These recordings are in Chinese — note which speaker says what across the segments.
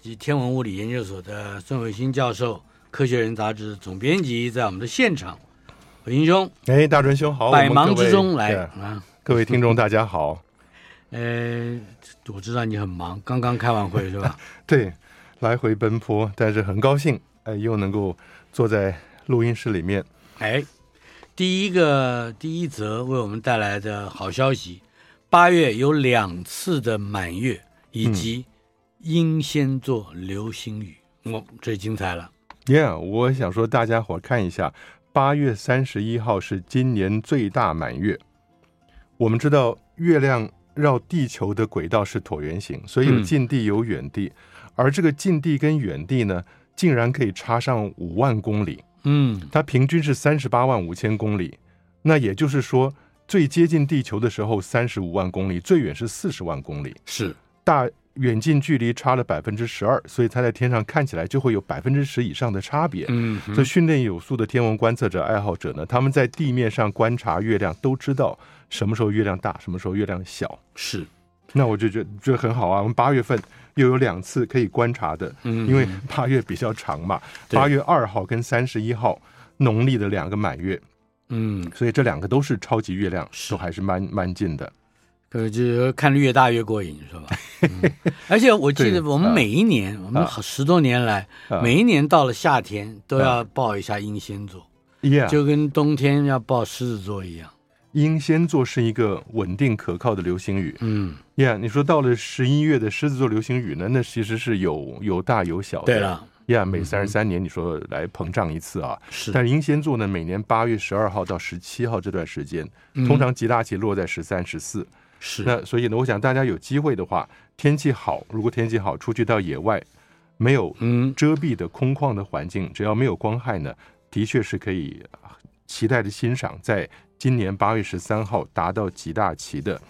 Speaker 1: 及天文物理研究所的孙维新教授，《科学人》杂志总编辑，在我们的现场。维新兄，
Speaker 2: 哎，大准兄好，
Speaker 1: 百
Speaker 2: 我
Speaker 1: 忙
Speaker 2: 们各位
Speaker 1: 之中来
Speaker 2: 对
Speaker 1: 啊，
Speaker 2: 各位听众大家好，
Speaker 1: 呃，我知道你很忙，刚刚开完会是吧？
Speaker 2: 对，来回奔波，但是很高兴，哎，又能够坐在录音室里面，
Speaker 1: 哎，第一个第一则为我们带来的好消息，八月有两次的满月以及英仙座流星雨，哇、这精彩了！
Speaker 2: Yeah，我想说大家伙看一下，八月三十一号是今年最大满月。我们知道月亮绕地球的轨道是椭圆形，所以有
Speaker 1: 嗯
Speaker 2: 近地有远地，而这个近地跟远地呢，竟然可以差上五万公里，
Speaker 1: 嗯，
Speaker 2: 它平均是三十八万五千公里。那也就是说，最接近地球的时候三十五万公里，最远是四十万公里。
Speaker 1: 是
Speaker 2: 大远近距离差了百分之十二，所以它在天上看起来就会有百分之十以上的差别。
Speaker 1: 嗯哼
Speaker 2: 所以训练有素的天文观测者爱好者呢，他们在地面上观察月亮，都知道什么时候月亮大，什么时候月亮小。
Speaker 1: 是，
Speaker 2: 那我就觉得这很好啊，我们八月份又有两次可以观察的，
Speaker 1: 嗯
Speaker 2: 因为八月比较长嘛，
Speaker 1: 对
Speaker 2: 八月二号跟三十一号。农历的两个满月，
Speaker 1: 嗯，
Speaker 2: 所以这两个都是超级月亮，
Speaker 1: 是
Speaker 2: 都还是蛮蛮近的。
Speaker 1: 可就是看得越大越过瘾是吧？嗯、而且我记
Speaker 2: 对
Speaker 1: 得我们
Speaker 2: 啊
Speaker 1: 每一年，我们
Speaker 2: 啊
Speaker 1: 好十多年来，
Speaker 2: 啊
Speaker 1: 每一年到了夏天都要报一下英仙座，
Speaker 2: ，Yeah，
Speaker 1: 就跟冬天要报狮子座一样。
Speaker 2: 英仙座是一个稳定可靠的流星雨。
Speaker 1: 嗯，
Speaker 2: Yeah，你说到了十一月的狮子座流星雨呢，那其实是有有大有小的。
Speaker 1: 对了，嗯
Speaker 2: ，Yeah，每三十三年你说来膨胀一次啊。
Speaker 1: 是，
Speaker 2: 但是英仙座呢，每年八月十二号到十七号这段时间，
Speaker 1: 嗯
Speaker 2: 通常极大期落在十三、十四。
Speaker 1: 是
Speaker 2: 那所以呢，我想大家有机会的话，天气好，如果天气好，出去到野外，没有
Speaker 1: 嗯，
Speaker 2: 遮蔽的空旷的环境，只要没有光害呢，的确是可以呃期待的欣赏在今年八月十三号达到极大期的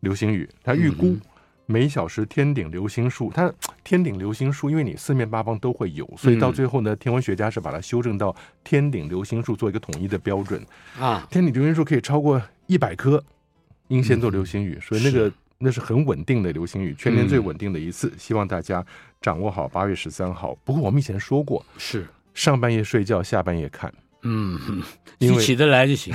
Speaker 2: 流星雨。它预
Speaker 1: 嗯
Speaker 2: 估每小时天顶流星数，它天顶流星数，因为你四面八方都会有，所以
Speaker 1: 嗯
Speaker 2: 到最后呢，天文学家是把它修正到天顶流星数做一个统一的标准。
Speaker 1: 啊，
Speaker 2: 天顶流星数可以超过一百颗，英仙座流星雨，所以那个
Speaker 1: 嗯是嗯
Speaker 2: 那是很稳定的流星雨，全年最稳定的一次。希望大家掌握好八月十三号。不过我们以前说过，
Speaker 1: 是，
Speaker 2: 上半夜睡觉，下半夜看，
Speaker 1: 嗯，
Speaker 2: 因
Speaker 1: 你
Speaker 2: 为
Speaker 1: 起得来就行。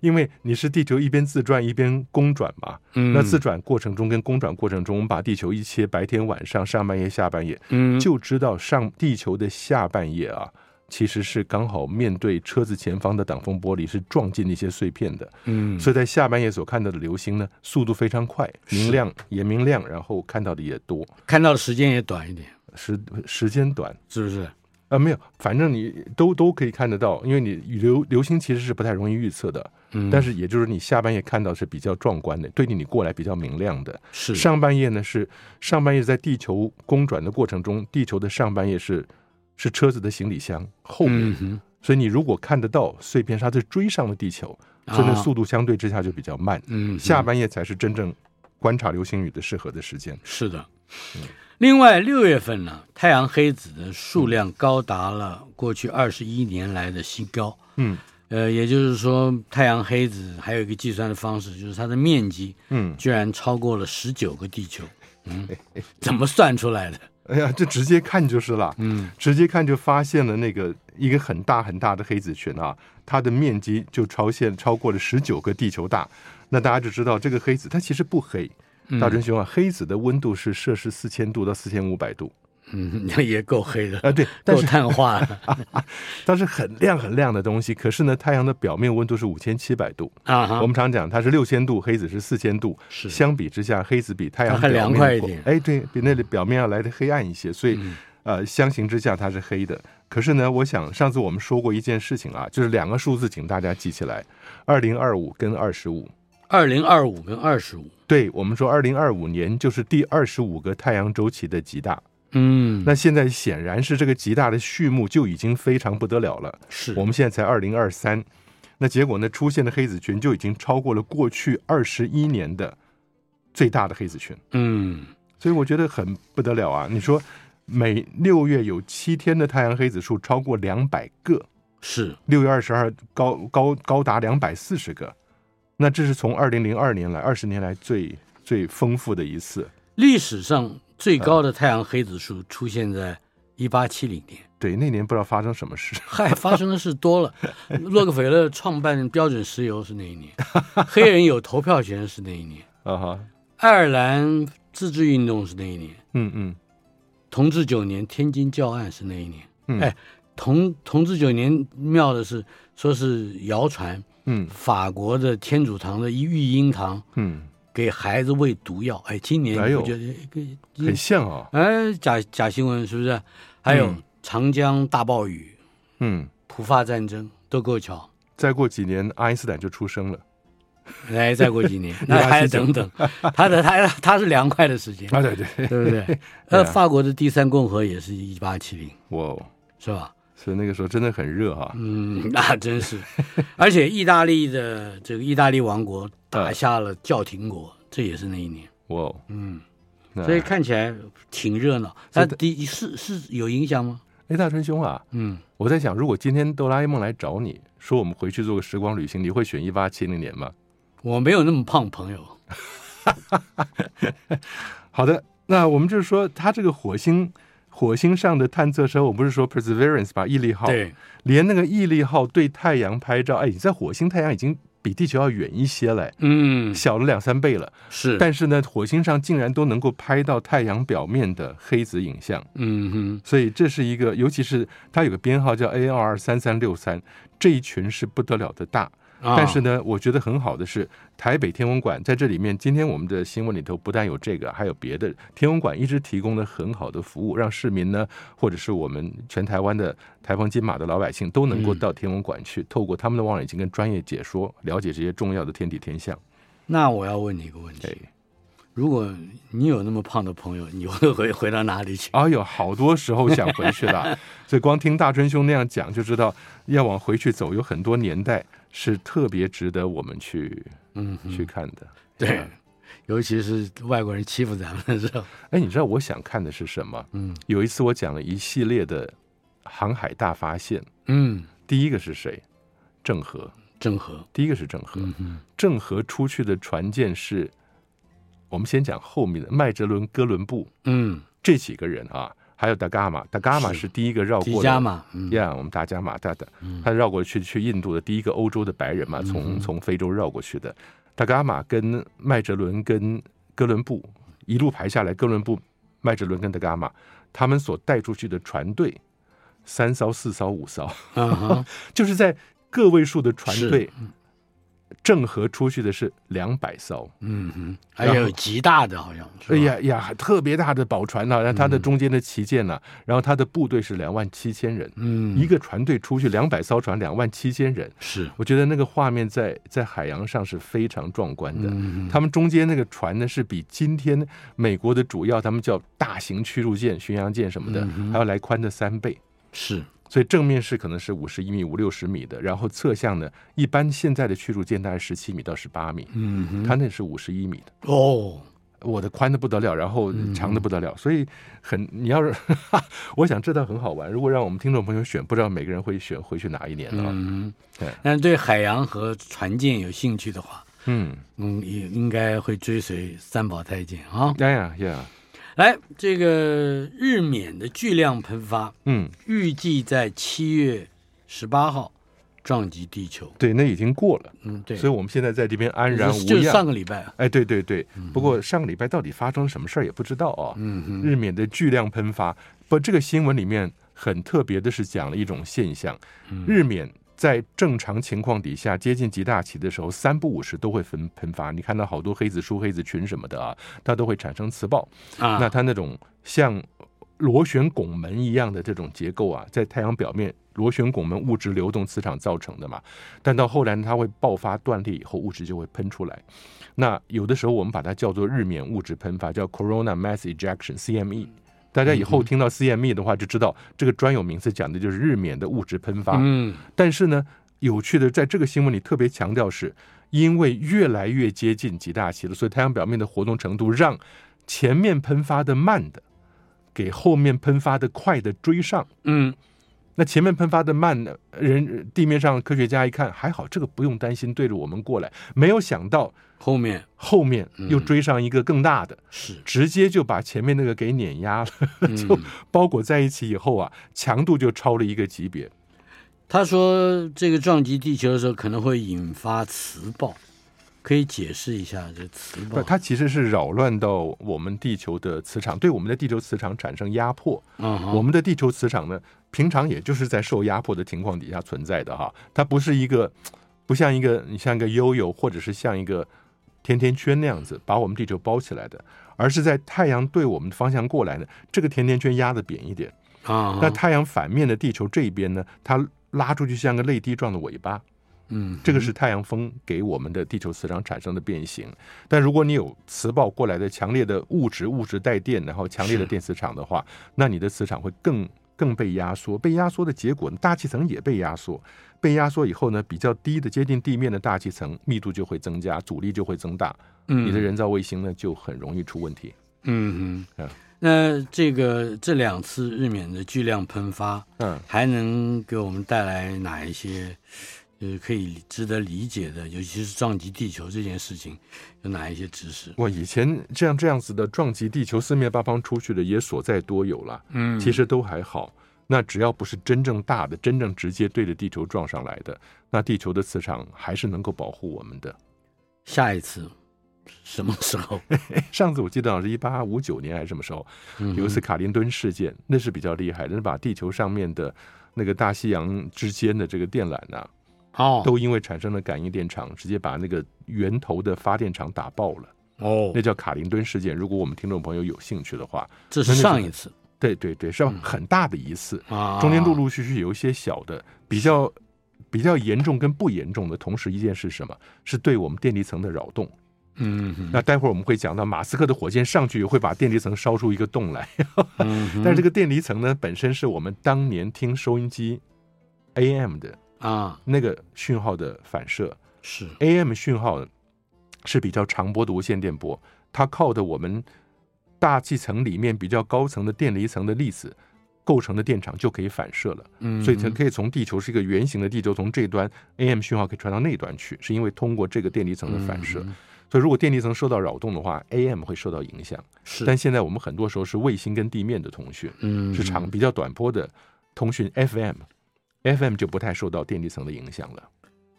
Speaker 2: 因为你是地球一边自转一边公转嘛。
Speaker 1: 嗯，
Speaker 2: 那自转过程中跟公转过程中，我们把地球一切白天晚上、上半夜、下半夜，
Speaker 1: 嗯
Speaker 2: 就知道上地球的下半夜啊。其实是刚好面对车子前方的挡风玻璃，是撞进那些碎片的。
Speaker 1: 嗯
Speaker 2: 所以在下半夜所看到的流星呢，速度非常快，明亮也明亮，然后看到的也多，
Speaker 1: 看到的时间也短一点，
Speaker 2: 时时间短
Speaker 1: 是不是？
Speaker 2: 啊、没有，反正你都都可以看得到，因为你流流星其实是不太容易预测的，
Speaker 1: 嗯，
Speaker 2: 但
Speaker 1: 是
Speaker 2: 是也就是你下半夜看到是比较壮观的，对你你过来比较明亮的。
Speaker 1: 是
Speaker 2: 上半夜呢是上半夜在地球公转的过程中，地球的上半夜是是车子的行李箱后面，
Speaker 1: 嗯哼，
Speaker 2: 所以你如果看得到碎片，它是追上了地球，所以那
Speaker 1: 啊
Speaker 2: 速度相对之下就比较慢。
Speaker 1: 嗯，
Speaker 2: 下半夜才是真正观察流星雨的适合的时间。
Speaker 1: 是的。
Speaker 2: 嗯
Speaker 1: 另外，六月份呢，太阳黑子的数量高达了过去二十一年来的新高。
Speaker 2: 嗯
Speaker 1: 呃，也就是说，太阳黑子还有一个计算的方式，就是它的面积
Speaker 2: 嗯，
Speaker 1: 居然超过了十九个地球。 嗯，怎么算出来的？
Speaker 2: 哎呀，这直接看就是了，
Speaker 1: 嗯，
Speaker 2: 直接看就发现了那个一个很大很大的黑子群啊，它的面积就超现超过了十九个地球大。那大家就知道这个黑子它其实不黑，大真兄啊，黑子的温度是摄氏四千度到四千五百度
Speaker 1: 嗯， 那也够黑的
Speaker 2: 啊、，对，但
Speaker 1: 够
Speaker 2: 是
Speaker 1: 碳化 了
Speaker 2: 它是很亮很亮的东西。可是呢，太阳的表面温度是五千七百度，
Speaker 1: 啊哈
Speaker 2: 我！们常讲它是六千度，黑子是四千度。
Speaker 1: 是
Speaker 2: 相比之下，黑子比太阳
Speaker 1: 它还
Speaker 2: 表面
Speaker 1: 凉快一
Speaker 2: 光
Speaker 1: 点嗯
Speaker 2: 哎，对比那里表面要来的黑暗一些，所以、呃，相形之下它是黑的。可是呢，我想上次我们说过一件事情啊，就是两个数字，请大家记起来：二零二五跟二十五。
Speaker 1: 二零二五跟二十五，
Speaker 2: 对我们说，二零二五年就是第二十五个太阳周期的极大，
Speaker 1: 嗯，
Speaker 2: 那现在显然是这个极大的序幕就已经非常不得了了。
Speaker 1: 是
Speaker 2: 我们现在才二零二三，那结果呢，出现的黑子群就已经超过了过去二十一年的最大的黑子群，
Speaker 1: 嗯
Speaker 2: 所以我觉得很不得了啊！你说每六月有七天的太阳黑子数超过两百个，
Speaker 1: 是
Speaker 2: 六月二十二高高高达两百四十个，那这是从二零零二年来二十年来最最丰富的一次。
Speaker 1: 历史上最高的太阳黑子数出现在一八七零年。
Speaker 2: 对，那年不知道发生什么事，
Speaker 1: 嗨，发生的事多了。洛克菲勒创办标准石油是那一年，黑人有投票权是那一年，
Speaker 2: 啊哈，
Speaker 1: 爱尔兰自治运动是那一年，
Speaker 2: 嗯嗯
Speaker 1: 同治九年天津教案是那一年。
Speaker 2: 嗯
Speaker 1: 哎，同同治九年妙的是，说是谣传
Speaker 2: 嗯
Speaker 1: 法国的天主堂的育婴堂
Speaker 2: 嗯，
Speaker 1: 给孩子喂毒药。哎，今年
Speaker 2: 哎
Speaker 1: 你
Speaker 2: 呦
Speaker 1: 不觉得跟
Speaker 2: 很像哦，
Speaker 1: 哎假假新闻是不是？还有
Speaker 2: 嗯
Speaker 1: 长江大暴雨、
Speaker 2: 嗯，
Speaker 1: 普法战争都够巧。
Speaker 2: 再过几年爱因斯坦就出生了
Speaker 1: 来，再过几年， 那还要等等。他的他他是凉快的时 间，
Speaker 2: 啊，对对，
Speaker 1: 对不对？
Speaker 2: 对啊
Speaker 1: 呃，法国的第三共和也是一八七零，
Speaker 2: 哇哦，
Speaker 1: 是吧？
Speaker 2: 所以那个时候真的很热哈、啊，
Speaker 1: 嗯， 那真是。而且意大利的这个意大利王国打下了教廷国，这也是那一年，
Speaker 2: 哇哦，嗯，
Speaker 1: 所以看起来挺热闹。那
Speaker 2: 所以
Speaker 1: 第是是有影响吗？
Speaker 2: 哎，大春兄啊，
Speaker 1: 嗯，
Speaker 2: 我在想，如果今天哆啦 A 梦来找你说我们回去做个时光旅行，你会选一八七零年吗？
Speaker 1: 我没有那么胖朋友。
Speaker 2: 好的，那我们就是说，它这个火星火星上的探测车，我们不是说 Perseverance 吧，毅力号，，
Speaker 1: 对，
Speaker 2: 连那个毅力号对太阳拍照，哎，你在火星太阳已经比地球要远一些了，哎
Speaker 1: 嗯，
Speaker 2: 小了两三倍了，
Speaker 1: 是，
Speaker 2: 但是呢，火星上竟然都能够拍到太阳表面的黑子影像。
Speaker 1: 嗯哼，
Speaker 2: 所以这是一个，尤其是它有个编号叫 AR 三三六三，这一群是不得了的大。
Speaker 1: 啊
Speaker 2: 但是呢，我觉得很好的是，台北天文馆在这里面，今天我们的新闻里头不但有这个，还有别的。天文馆一直提供了很好的服务，让市民呢，或者是我们全台湾的台风金马的老百姓都能够
Speaker 1: 嗯
Speaker 2: 到天文馆去，透过他们的望远镜跟专业解说，了解这些重要的天体天象。
Speaker 1: 那我要问你一个问题。
Speaker 2: 哎，
Speaker 1: 如果你有那么胖的朋友，你会回回到哪里去？
Speaker 2: 哎呦，好多时候想回去 了，所以光听大春兄那样讲，就知道要往回去走，有很多年代是特别值得我们去
Speaker 1: 嗯，
Speaker 2: 去看的。
Speaker 1: 对，尤其是外国人欺负咱们的时候，
Speaker 2: 哎，你知道我想看的是什么？
Speaker 1: 嗯
Speaker 2: 有一次我讲了一系列的航海大发现，
Speaker 1: 嗯，
Speaker 2: 第一个是谁？郑和。
Speaker 1: 郑和，
Speaker 2: 第一个是郑和。
Speaker 1: 嗯哼，
Speaker 2: 郑和出去的船舰是，我们先讲后面的麦哲伦、哥伦布
Speaker 1: 嗯，
Speaker 2: 这几个人啊，还有达伽马。达伽马
Speaker 1: 是
Speaker 2: 是第一个绕
Speaker 1: 迪
Speaker 2: 过
Speaker 1: 迦
Speaker 2: 的
Speaker 1: 嘛， 嗯，
Speaker 2: 呀我们达伽马大的，他绕过去去印度的第一个欧洲的白人
Speaker 1: 嗯
Speaker 2: 嘛，从从非洲绕过去的。达伽马跟麦哲伦跟哥伦布一路排下来，哥伦布、麦哲伦跟达伽马他们所带出去的船队，三艘、四艘、五艘，
Speaker 1: 啊哈，
Speaker 2: 就是在个位数的船队。
Speaker 1: 嗯
Speaker 2: 郑和出去的是两百艘，
Speaker 1: 嗯哼，还有极大的好像，是吧嗯
Speaker 2: 哎，呀呀，特别大的宝船呐、然后它的中间的旗舰呐、啊然后它的部队是两万七千人，
Speaker 1: 嗯，
Speaker 2: 一个船队出去两百艘船，两万七千人，
Speaker 1: 是，
Speaker 2: 我觉得那个画面在在海洋上是非常壮观的。
Speaker 1: 嗯
Speaker 2: 他们中间那个船呢，是比今天美国的主要他们叫大型驱逐舰、巡洋舰什么的，
Speaker 1: 嗯
Speaker 2: 还要来宽的三倍。
Speaker 1: 是，
Speaker 2: 所以正面是可能是五十一米、五六十米的，然后侧向呢，一般现在的驱逐舰大概十七米到十八米，
Speaker 1: 嗯哼，
Speaker 2: 它那是五十一米的。
Speaker 1: 哦，
Speaker 2: 我的宽的不得
Speaker 1: 嗯
Speaker 2: 了，然后长的不得了，所以很你要是， 我想这倒很好玩。如果让我们听众朋友选，不知道每个人会选回去哪一年啊？
Speaker 1: 嗯
Speaker 2: 对
Speaker 1: 哼，但对海洋和船舰有兴趣的话，
Speaker 2: 嗯，
Speaker 1: 嗯，也应该会追随三宝太监啊。
Speaker 2: 哎呀呀，
Speaker 1: 来，这个日冕的巨量喷发，
Speaker 2: 嗯，
Speaker 1: 预计在七月十八号撞击地球。
Speaker 2: 对，那已经过了。
Speaker 1: 嗯，对，
Speaker 2: 所以我们现在在这边安然
Speaker 1: 就是
Speaker 2: 无
Speaker 1: 就是上
Speaker 2: 恙。
Speaker 1: 个礼拜，
Speaker 2: 哎，对对对，不过上个礼拜到底发生了什么事儿也不知道啊。
Speaker 1: 嗯哼，
Speaker 2: 日冕的巨量喷发，不，这个新闻里面很特别的是讲了一种现象，
Speaker 1: 嗯
Speaker 2: 日冕在正常情况底下接近极大期的时候，三不五时都会分喷发。你看到好多黑子树、黑子群什么的啊，它都会产生磁暴。
Speaker 1: 啊，
Speaker 2: 那它那种像螺旋拱门一样的这种结构啊，在太阳表面螺旋拱门物质流动磁场造成的嘛。但到后来呢，它会爆发断裂以后，物质就会喷出来。那有的时候我们把它叫做日冕物质喷发，叫 corona mass ejection（CME）。E 大家以后听到四叶蜜的话，就知道这个专有名词讲的就是日冕的物质喷发。
Speaker 1: 嗯，
Speaker 2: 但是呢，有趣的在这个新闻里特别强调是，因为越来越接近极大期了，所以太阳表面的活动程度让前面喷发的慢的给后面喷发的快的追上。
Speaker 1: 嗯，
Speaker 2: 那前面喷发的慢呢，人地面上科学家一看，还好这个不用担心对着我们过来。没有想到
Speaker 1: 后面
Speaker 2: 后面又追上一个更大的，
Speaker 1: 是，
Speaker 2: 直接就把前面那个给碾压了， 就
Speaker 1: 嗯，
Speaker 2: 包裹在一起以后啊，强度就超了一个级别。
Speaker 1: 他说这个撞击地球的时候可能会引发磁暴，可以解释一下这磁
Speaker 2: 不
Speaker 1: 暴？，
Speaker 2: 它其实是扰乱到我们地球的磁场，对我们的地球磁场产生压迫。
Speaker 1: 嗯哼
Speaker 2: 我们的地球磁场呢，平常也就是在受压迫的情况底下存在的哈，它不是一个，不像一个你像一个悠悠，或者是像一个甜甜圈那样子把我们地球包起来的，而是在太阳对我们的方向过来呢，这个甜甜圈压的扁一点，
Speaker 1: 啊
Speaker 2: 那
Speaker 1: 哈，
Speaker 2: 太阳反面的地球这一边呢，它拉出去像个泪滴状的尾巴，
Speaker 1: 嗯，
Speaker 2: 这个是太阳风给我们的地球磁场产生的变形。但如果你有磁暴过来的强烈的物质，物质带电，然后强烈的
Speaker 1: 是
Speaker 2: 电磁场的话，那你的磁场会更更被压缩。被压缩的结果呢，大气层也被压缩。被压缩以后呢，比较低的接近地面的大气层密度就会增加，阻力就会增大，
Speaker 1: 嗯
Speaker 2: 你的人造卫星呢就很容易出问题。
Speaker 1: 嗯哼
Speaker 2: 嗯，
Speaker 1: 那这个这两次日冕的巨量喷发，
Speaker 2: 嗯，
Speaker 1: 还能给我们带来哪一些，就是可以值得理解的，尤其是撞击地球这件事情，有哪一些知识？
Speaker 2: 我以前这样这样子的撞击地球四面八方出去的也所在多有了。
Speaker 1: 嗯
Speaker 2: 其实都还好。那只要不是真正大的、真正直接对着地球撞上来的，那地球的磁场还是能够保护我们的。
Speaker 1: 下一次什么时候？
Speaker 2: 上次我记得好像是一八五九年还是什么时候，
Speaker 1: 嗯
Speaker 2: 有一次卡林顿事件，那是比较厉害的，那把地球上面的那个大西洋之间的这个电缆呐、
Speaker 1: 哦
Speaker 2: 都因为产生了感应电场，直接把那个源头的发电厂打爆了，
Speaker 1: 哦
Speaker 2: 那，叫卡林顿事件。如果我们听众朋友有兴趣的话，
Speaker 1: 这是上一次
Speaker 2: 对对对，是很大的一次。
Speaker 1: 嗯啊，
Speaker 2: 中间陆陆续续有一些小的比较比较严重跟不严重的，同时一件是什么？是对我们电离层的扰动。
Speaker 1: 嗯哼，
Speaker 2: 那待会儿我们会讲到，马斯克的火箭上去也会把电离层烧出一个洞来。
Speaker 1: 嗯哼
Speaker 2: 但是这个电离层呢，本身是我们当年听收音机 AM 的
Speaker 1: 啊
Speaker 2: 那个讯号的反射。
Speaker 1: 是
Speaker 2: AM 讯号是比较长波的无线电波，它靠的我们大气层里面比较高层的电离层的粒子构成的电场就可以反射了。
Speaker 1: 嗯哼，
Speaker 2: 所以它可以从地球是一个圆形的地球，从这端 AM 讯号可以传到那端去，是因为通过这个电离层的反射。
Speaker 1: 嗯
Speaker 2: 所以如果电离层受到扰动的话，AM 会受到影响。
Speaker 1: 是，
Speaker 2: 但现在我们很多时候是卫星跟地面的通讯，
Speaker 1: 嗯
Speaker 2: 是长比较短波的通讯 FM。FM 就不太受到电离层的影响了。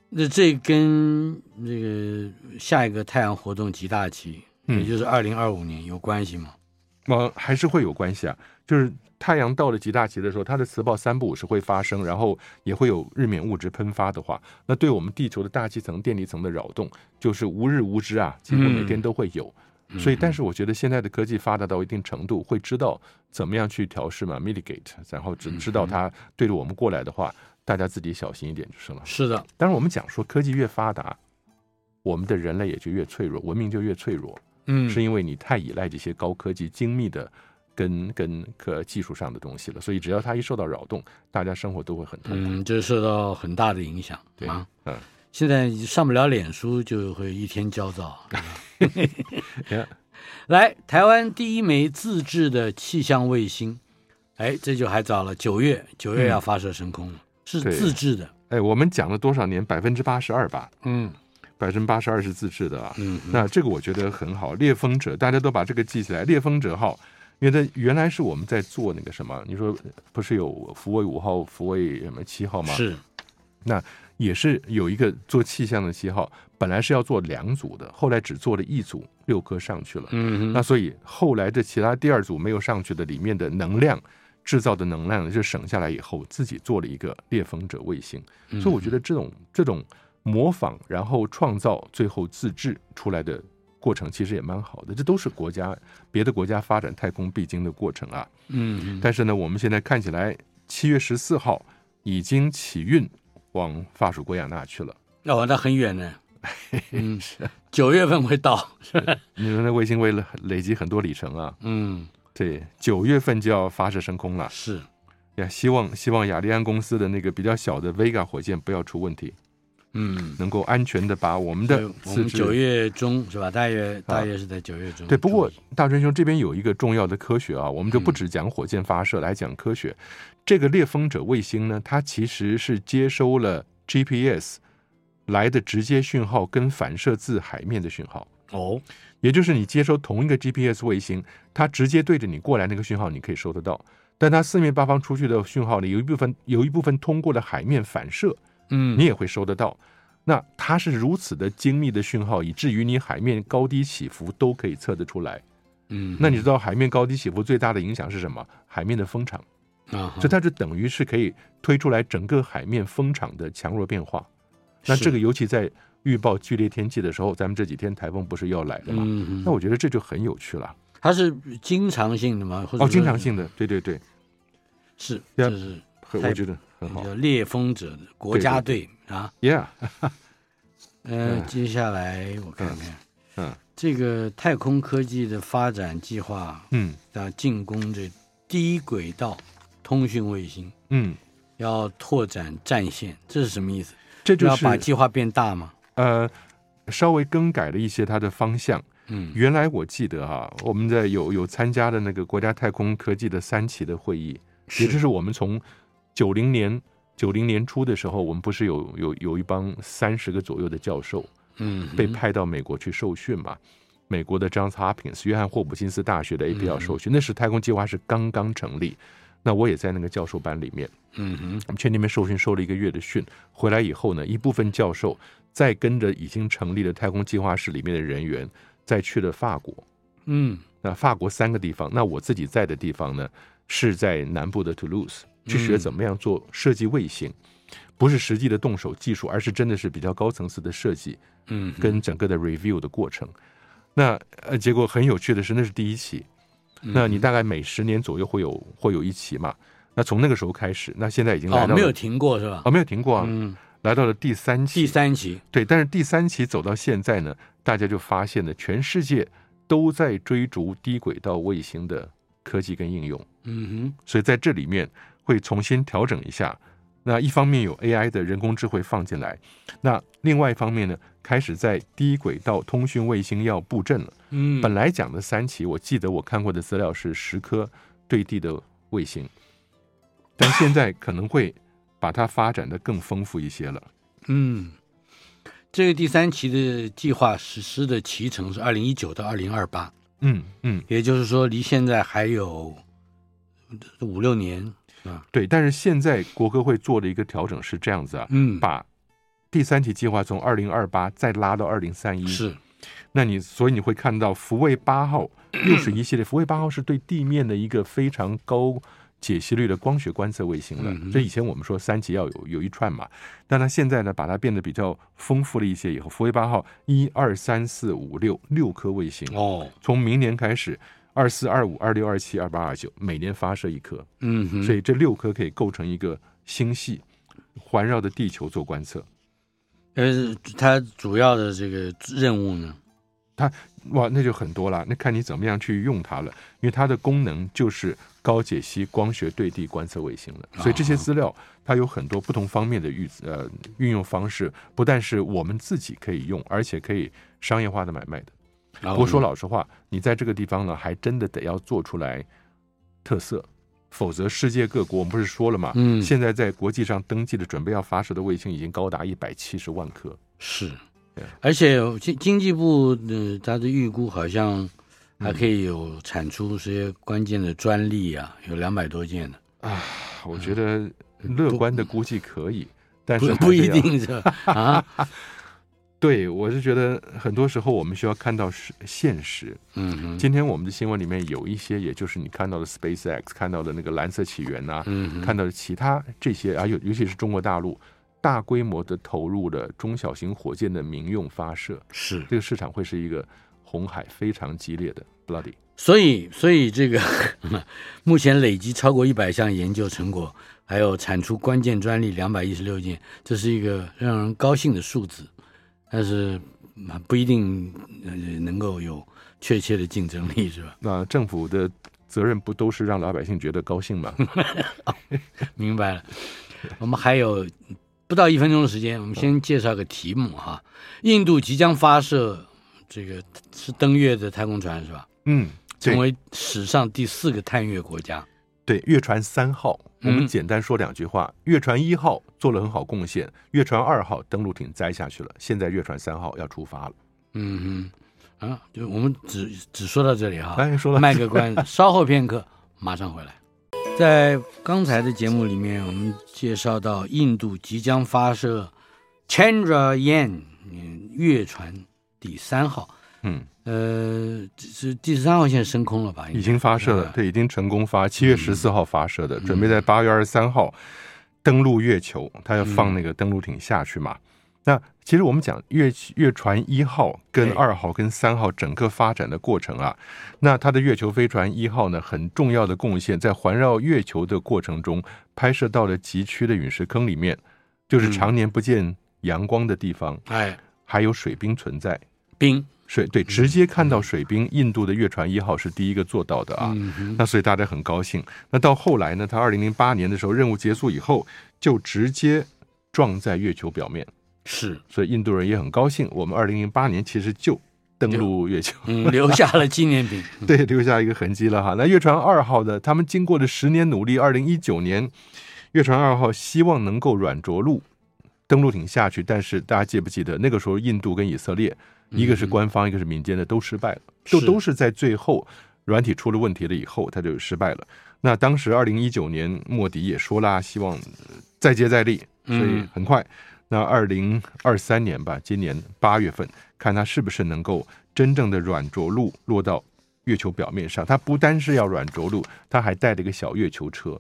Speaker 1: 那这跟这个下一个太阳活动极大期，
Speaker 2: 嗯
Speaker 1: 也就是二零二五年有关系吗？
Speaker 2: 呃，还是会有关系啊。就是太阳到了极大期的时候，它的磁暴三不五时会发生，然后也会有日冕物质喷发的话，那对我们地球的大气层、电离层的扰动，就是无日无之啊，几乎每天都会有。所以，但是我觉得现在的科技发达到一定程度，会知道怎么样去调试嘛，mitigate，然后只知道它对着我们过来的话，大家自己小心一点就是了。
Speaker 1: 是的，
Speaker 2: 当然，我们讲说科技越发达，我们的人类也就越脆弱，文明就越脆弱。
Speaker 1: 嗯，
Speaker 2: 是因为你太依赖这些高科技精密的跟跟可技术上的东西了，所以只要它一受到扰动，大家生活都会很痛苦。
Speaker 1: 嗯，这受到很大的影响
Speaker 2: 对
Speaker 1: 啊。，
Speaker 2: 嗯，
Speaker 1: 现在上不了脸书，就会一天焦 躁。
Speaker 2: Yeah
Speaker 1: 来，台湾第一枚自制的气象卫星，哎，这就还早了，九月九月要发射升空了，是
Speaker 2: 嗯对
Speaker 1: 自制的。
Speaker 2: 哎，我们讲了多少年？百分之八十二吧，
Speaker 1: 嗯
Speaker 2: 百分之八十二是自制的啊。
Speaker 1: 嗯
Speaker 2: 那这个我觉得很好，猎风者大家都把这个记起来，猎风者号。因为它原来是我们在做那个什么，你说不是有福卫五号、福卫什么七号吗？
Speaker 1: 是
Speaker 2: 也是有一个做气象的七号，本来是要做两组的，后来只做了一组，六颗上去了。
Speaker 1: 嗯哼
Speaker 2: 那所以后来这其他第二组没有上去的里面的能量制造的能量呢，就省下来以后，自己做了一个猎风者卫星。
Speaker 1: 嗯
Speaker 2: 所以我觉得这种这种模仿，然后创造，最后自制出来的过程，其实也蛮好的。这都是国家别的国家发展太空必经的过程啊。
Speaker 1: 嗯哼
Speaker 2: 但是呢，我们现在看起来，七月十四号已经起运往法属圭亚那去了。
Speaker 1: 哦，那很远 呢。嗯，九月份会到。
Speaker 2: 你说那卫星为了累积很多里程啊，
Speaker 1: 嗯，
Speaker 2: 对，九月份就要发射升空了，
Speaker 1: 是
Speaker 2: 也希望希望雅利安公司的那个比较小的 Vega 火箭不要出问题，
Speaker 1: 嗯，
Speaker 2: 能够安全的把我们
Speaker 1: 对
Speaker 2: 的，
Speaker 1: 我
Speaker 2: 次
Speaker 1: 们
Speaker 2: 之
Speaker 1: 九月中是吧？大约
Speaker 2: 啊
Speaker 1: 大约是在九月中。
Speaker 2: 对，不过
Speaker 1: 注意
Speaker 2: 大川兄这边有一个重要的科学啊，我们就不
Speaker 1: 嗯
Speaker 2: 只讲火箭发射，来讲科学。这个猎风者卫星呢，它其实是接收了 GPS 来的直接讯号跟反射自海面的讯号，
Speaker 1: 哦，
Speaker 2: 也就是你接收同一个 GPS 卫星，它直接对着你过来那个讯号，你可以收得到。但它四面八方出去的讯号里，有一部分有一部分通过了海面反射，
Speaker 1: 嗯，
Speaker 2: 你也会收得到。那它是如此的精密的讯号，以至于你海面高低起伏都可以测得出来。
Speaker 1: 嗯，
Speaker 2: 那你知道海面高低起伏最大的影响是什么？海面的风场，
Speaker 1: 啊哈，
Speaker 2: 所以它就等于是可以推出来整个海面风场的强弱变化。那
Speaker 1: 是
Speaker 2: 这个尤其在预报剧烈天气的时候，咱们这几天台风不是要来了吗？
Speaker 1: 嗯，
Speaker 2: 那我觉得这就很有趣了。
Speaker 1: 它是经常性的吗？或者
Speaker 2: 哦，
Speaker 1: 说
Speaker 2: 经常性的，对对对，
Speaker 1: 是，
Speaker 2: 对啊
Speaker 1: 这是
Speaker 2: 很
Speaker 1: 太
Speaker 2: 我觉得很好
Speaker 1: 叫猎风者的国家队啊。
Speaker 2: ，Yeah，
Speaker 1: 呃，
Speaker 2: 嗯
Speaker 1: 接下来我看看，
Speaker 2: 嗯嗯
Speaker 1: 这个太空科技的发展计划
Speaker 2: 嗯
Speaker 1: 要进攻这低轨道通讯卫星，
Speaker 2: 嗯，
Speaker 1: 要拓展战线，这是什么意思？
Speaker 2: 这就
Speaker 1: 要
Speaker 2: 是
Speaker 1: 把计划变大吗？
Speaker 2: 呃稍微更改了一些它的方向。
Speaker 1: 嗯
Speaker 2: 原来我记得啊，我们在有有参加的那个国家太空科技的三期的会议，
Speaker 1: 是
Speaker 2: 也就是我们从九零年九零年初的时候，我们不是有有有一帮三十个左右的教授
Speaker 1: 嗯，
Speaker 2: 被派到美国去受训嘛？美国的 Johns Hopkins 约翰霍普金斯大学的
Speaker 1: 嗯
Speaker 2: APL 受训，那时太空计划是刚刚成立。那我也在那个教授班里面，
Speaker 1: 嗯哼，
Speaker 2: 我们去那边受训，受了一个月的训，回来以后呢，一部分教授再跟着已经成立的太空计划室里面的人员，再去了法国。
Speaker 1: 嗯
Speaker 2: 那法国三个地方，那我自己在的地方呢，是在南部的 Toulouse 去
Speaker 1: 嗯
Speaker 2: 学怎么样做设计卫星，不是实际的动手技术，而是真的是比较高层次的设计
Speaker 1: 嗯，
Speaker 2: 跟整个的 review 的过程。那呃，结果很有趣的是，那是第一期，
Speaker 1: 嗯
Speaker 2: 那你大概每十年左右会有会有一期嘛。那从那个时候开始，那现在已经来
Speaker 1: 哦
Speaker 2: 到了、
Speaker 1: 没有停过是吧？
Speaker 2: 哦没有停过啊，
Speaker 1: 嗯，
Speaker 2: 来到了第三期。
Speaker 1: 第三期
Speaker 2: 对，但是第三期走到现在呢，大家就发现了，全世界都在追逐低轨道卫星的科技跟应用，
Speaker 1: 嗯
Speaker 2: 所以在这里面会重新调整一下。那一方面有 AI 的人工智慧放进来，那另外一方面呢，开始在低轨道通讯卫星要布阵了。
Speaker 1: 哼，嗯，
Speaker 2: 本来讲的三期，我记得我看过的资料是十颗对地的卫星，但现在可能会把它发展的更丰富一些了。
Speaker 1: 嗯，这个第三期的计划实施的期程是二零一九到二零二八，
Speaker 2: 嗯嗯。
Speaker 1: 也就是说离现在还有五六年。
Speaker 2: 对，但是现在国科会做的一个调整是这样子啊，
Speaker 1: 嗯，
Speaker 2: 把第三期计划从二零二八再拉到二零三一。，
Speaker 1: 是，
Speaker 2: 那你所以你会看到福卫 八号六十一系列，福卫八号是对地面的一个非常高解析率的光学观测卫星了。
Speaker 1: 嗯哼
Speaker 2: 这以前我们说三级要有有一串嘛，但它现在呢把它变得比较丰富了一些以后，福卫八号一二三四五六六颗卫星，
Speaker 1: 哦，
Speaker 2: 从明年开始。二四、二五、二六、二七、二八、二九，每年发射一颗。
Speaker 1: 嗯哼，
Speaker 2: 所以这六颗可以构成一个星系，环绕着地球做观测。
Speaker 1: 呃，它主要的这个任务呢，
Speaker 2: 哇，那就很多了，那看你怎么样去用它了，因为它的功能就是高解析光学对地观测卫星了。所以这些资料它有很多不同方面的运呃运用方式，不但是我们自己可以用，而且可以商业化的买卖的。
Speaker 1: 不
Speaker 2: 不过
Speaker 1: 嗯
Speaker 2: 说，老实话，你在这个地方呢，还真的得要做出来特色，否则世界各国我们不是说了嘛，
Speaker 1: 嗯，
Speaker 2: 现在在国际上登记的准备要发射的卫星已经高达一百七十万颗。
Speaker 1: 是
Speaker 2: 对，
Speaker 1: 而且经经济部呃，它的预估好像还可以有产出这些关键的专利啊，有两百多件呢，
Speaker 2: 我觉得乐观的估计可以，但是
Speaker 1: 不
Speaker 2: 还
Speaker 1: 不
Speaker 2: 是
Speaker 1: 一
Speaker 2: 要。
Speaker 1: 定是吧啊，
Speaker 2: 对，我是觉得很多时候我们需要看到是现实。
Speaker 1: 嗯哼，
Speaker 2: 今天我们的新闻里面有一些，也就是你看到的 SpaceX，看到的那个蓝色起源呐、啊
Speaker 1: 嗯哼，
Speaker 2: 看到的其他这些啊，尤尤其是中国大陆大规模的投入了中小型火箭的民用发射，
Speaker 1: 是，
Speaker 2: 这个市场会是一个红海非常激烈的 bloody。
Speaker 1: 所以，所以这个 目前累积超过一百项研究成果，还有产出关键专利两百一十六件，这是一个让人高兴的数字，但是嗯不一定呃能够有确切的竞争力，是吧？
Speaker 2: 那政府的责任不都是让老百姓觉得高兴 吗？
Speaker 1: 明白了。我们还有不到一分钟的时间，我们先介绍个题目哈。印度即将发射这个是登月的太空船是吧？
Speaker 2: 嗯，对
Speaker 1: 成为史上第四个探月国家。
Speaker 2: 对，月船三号，我们
Speaker 1: 嗯
Speaker 2: 简单说两句话。月船一号做了很好贡献，月船二号登陆艇栽下去了，现在月船三号要出发了。
Speaker 1: 嗯哼，啊，就我们只只说到这里哈。
Speaker 2: 哎，说了
Speaker 1: 啊卖个 关子，稍后片刻，马上回来。在刚才的节目里面，我们介绍到印度即将发射 Chandrayaan 嗯月船第三号，
Speaker 2: 嗯，
Speaker 1: 呃，这是第十三号现在升空了吧？应该嗯
Speaker 2: 已经发射
Speaker 1: 对
Speaker 2: 了，
Speaker 1: 吧
Speaker 2: 对，已经成功发，七月十四号发射的，准备在八月二十三号登陆月球，它要
Speaker 1: 嗯
Speaker 2: 放那个登陆艇下去嘛。那其实我们讲月月船一号、跟
Speaker 1: 对
Speaker 2: 二号、跟三号整个发展的过程啊，那它的月球飞船一号呢，很重要的贡献在环绕月球的过程中，拍摄到了极区的陨石坑里面，就是
Speaker 1: 嗯
Speaker 2: 常年不见阳光的地方，
Speaker 1: 哎，
Speaker 2: 还有水冰存在。
Speaker 1: 冰
Speaker 2: 水对，
Speaker 1: 嗯
Speaker 2: 直接看到水冰，印度的月船一号是第一个做到的啊。
Speaker 1: 嗯哼
Speaker 2: 那所以大家很高兴。那到后来呢，他二零零八年的时候任务结束以后，就直接撞在月球表面，
Speaker 1: 是，
Speaker 2: 所以印度人也很高兴。我们二零零八年其实就登陆月球，
Speaker 1: 嗯，留下了纪念品。
Speaker 2: 对，留下一个痕迹了哈。那月船二号呢，他们经过了十年努力，二零一九年月船二号希望能够软着陆。登陆艇下去，但是大家记不记得那个时候，印度跟以色列，一个是官方，一个是民间的，都失败了。嗯就是都是在最后软体出了问题了以后，它就失败了。那当时二零一九年莫迪也说啦，希望呃再接再厉，所
Speaker 1: 嗯
Speaker 2: 以很快。那二零二三年吧，今年八月份，看它是不是能够真正的软着陆落到月球表面上。它不单是要软着陆，它还带了一个小月球车，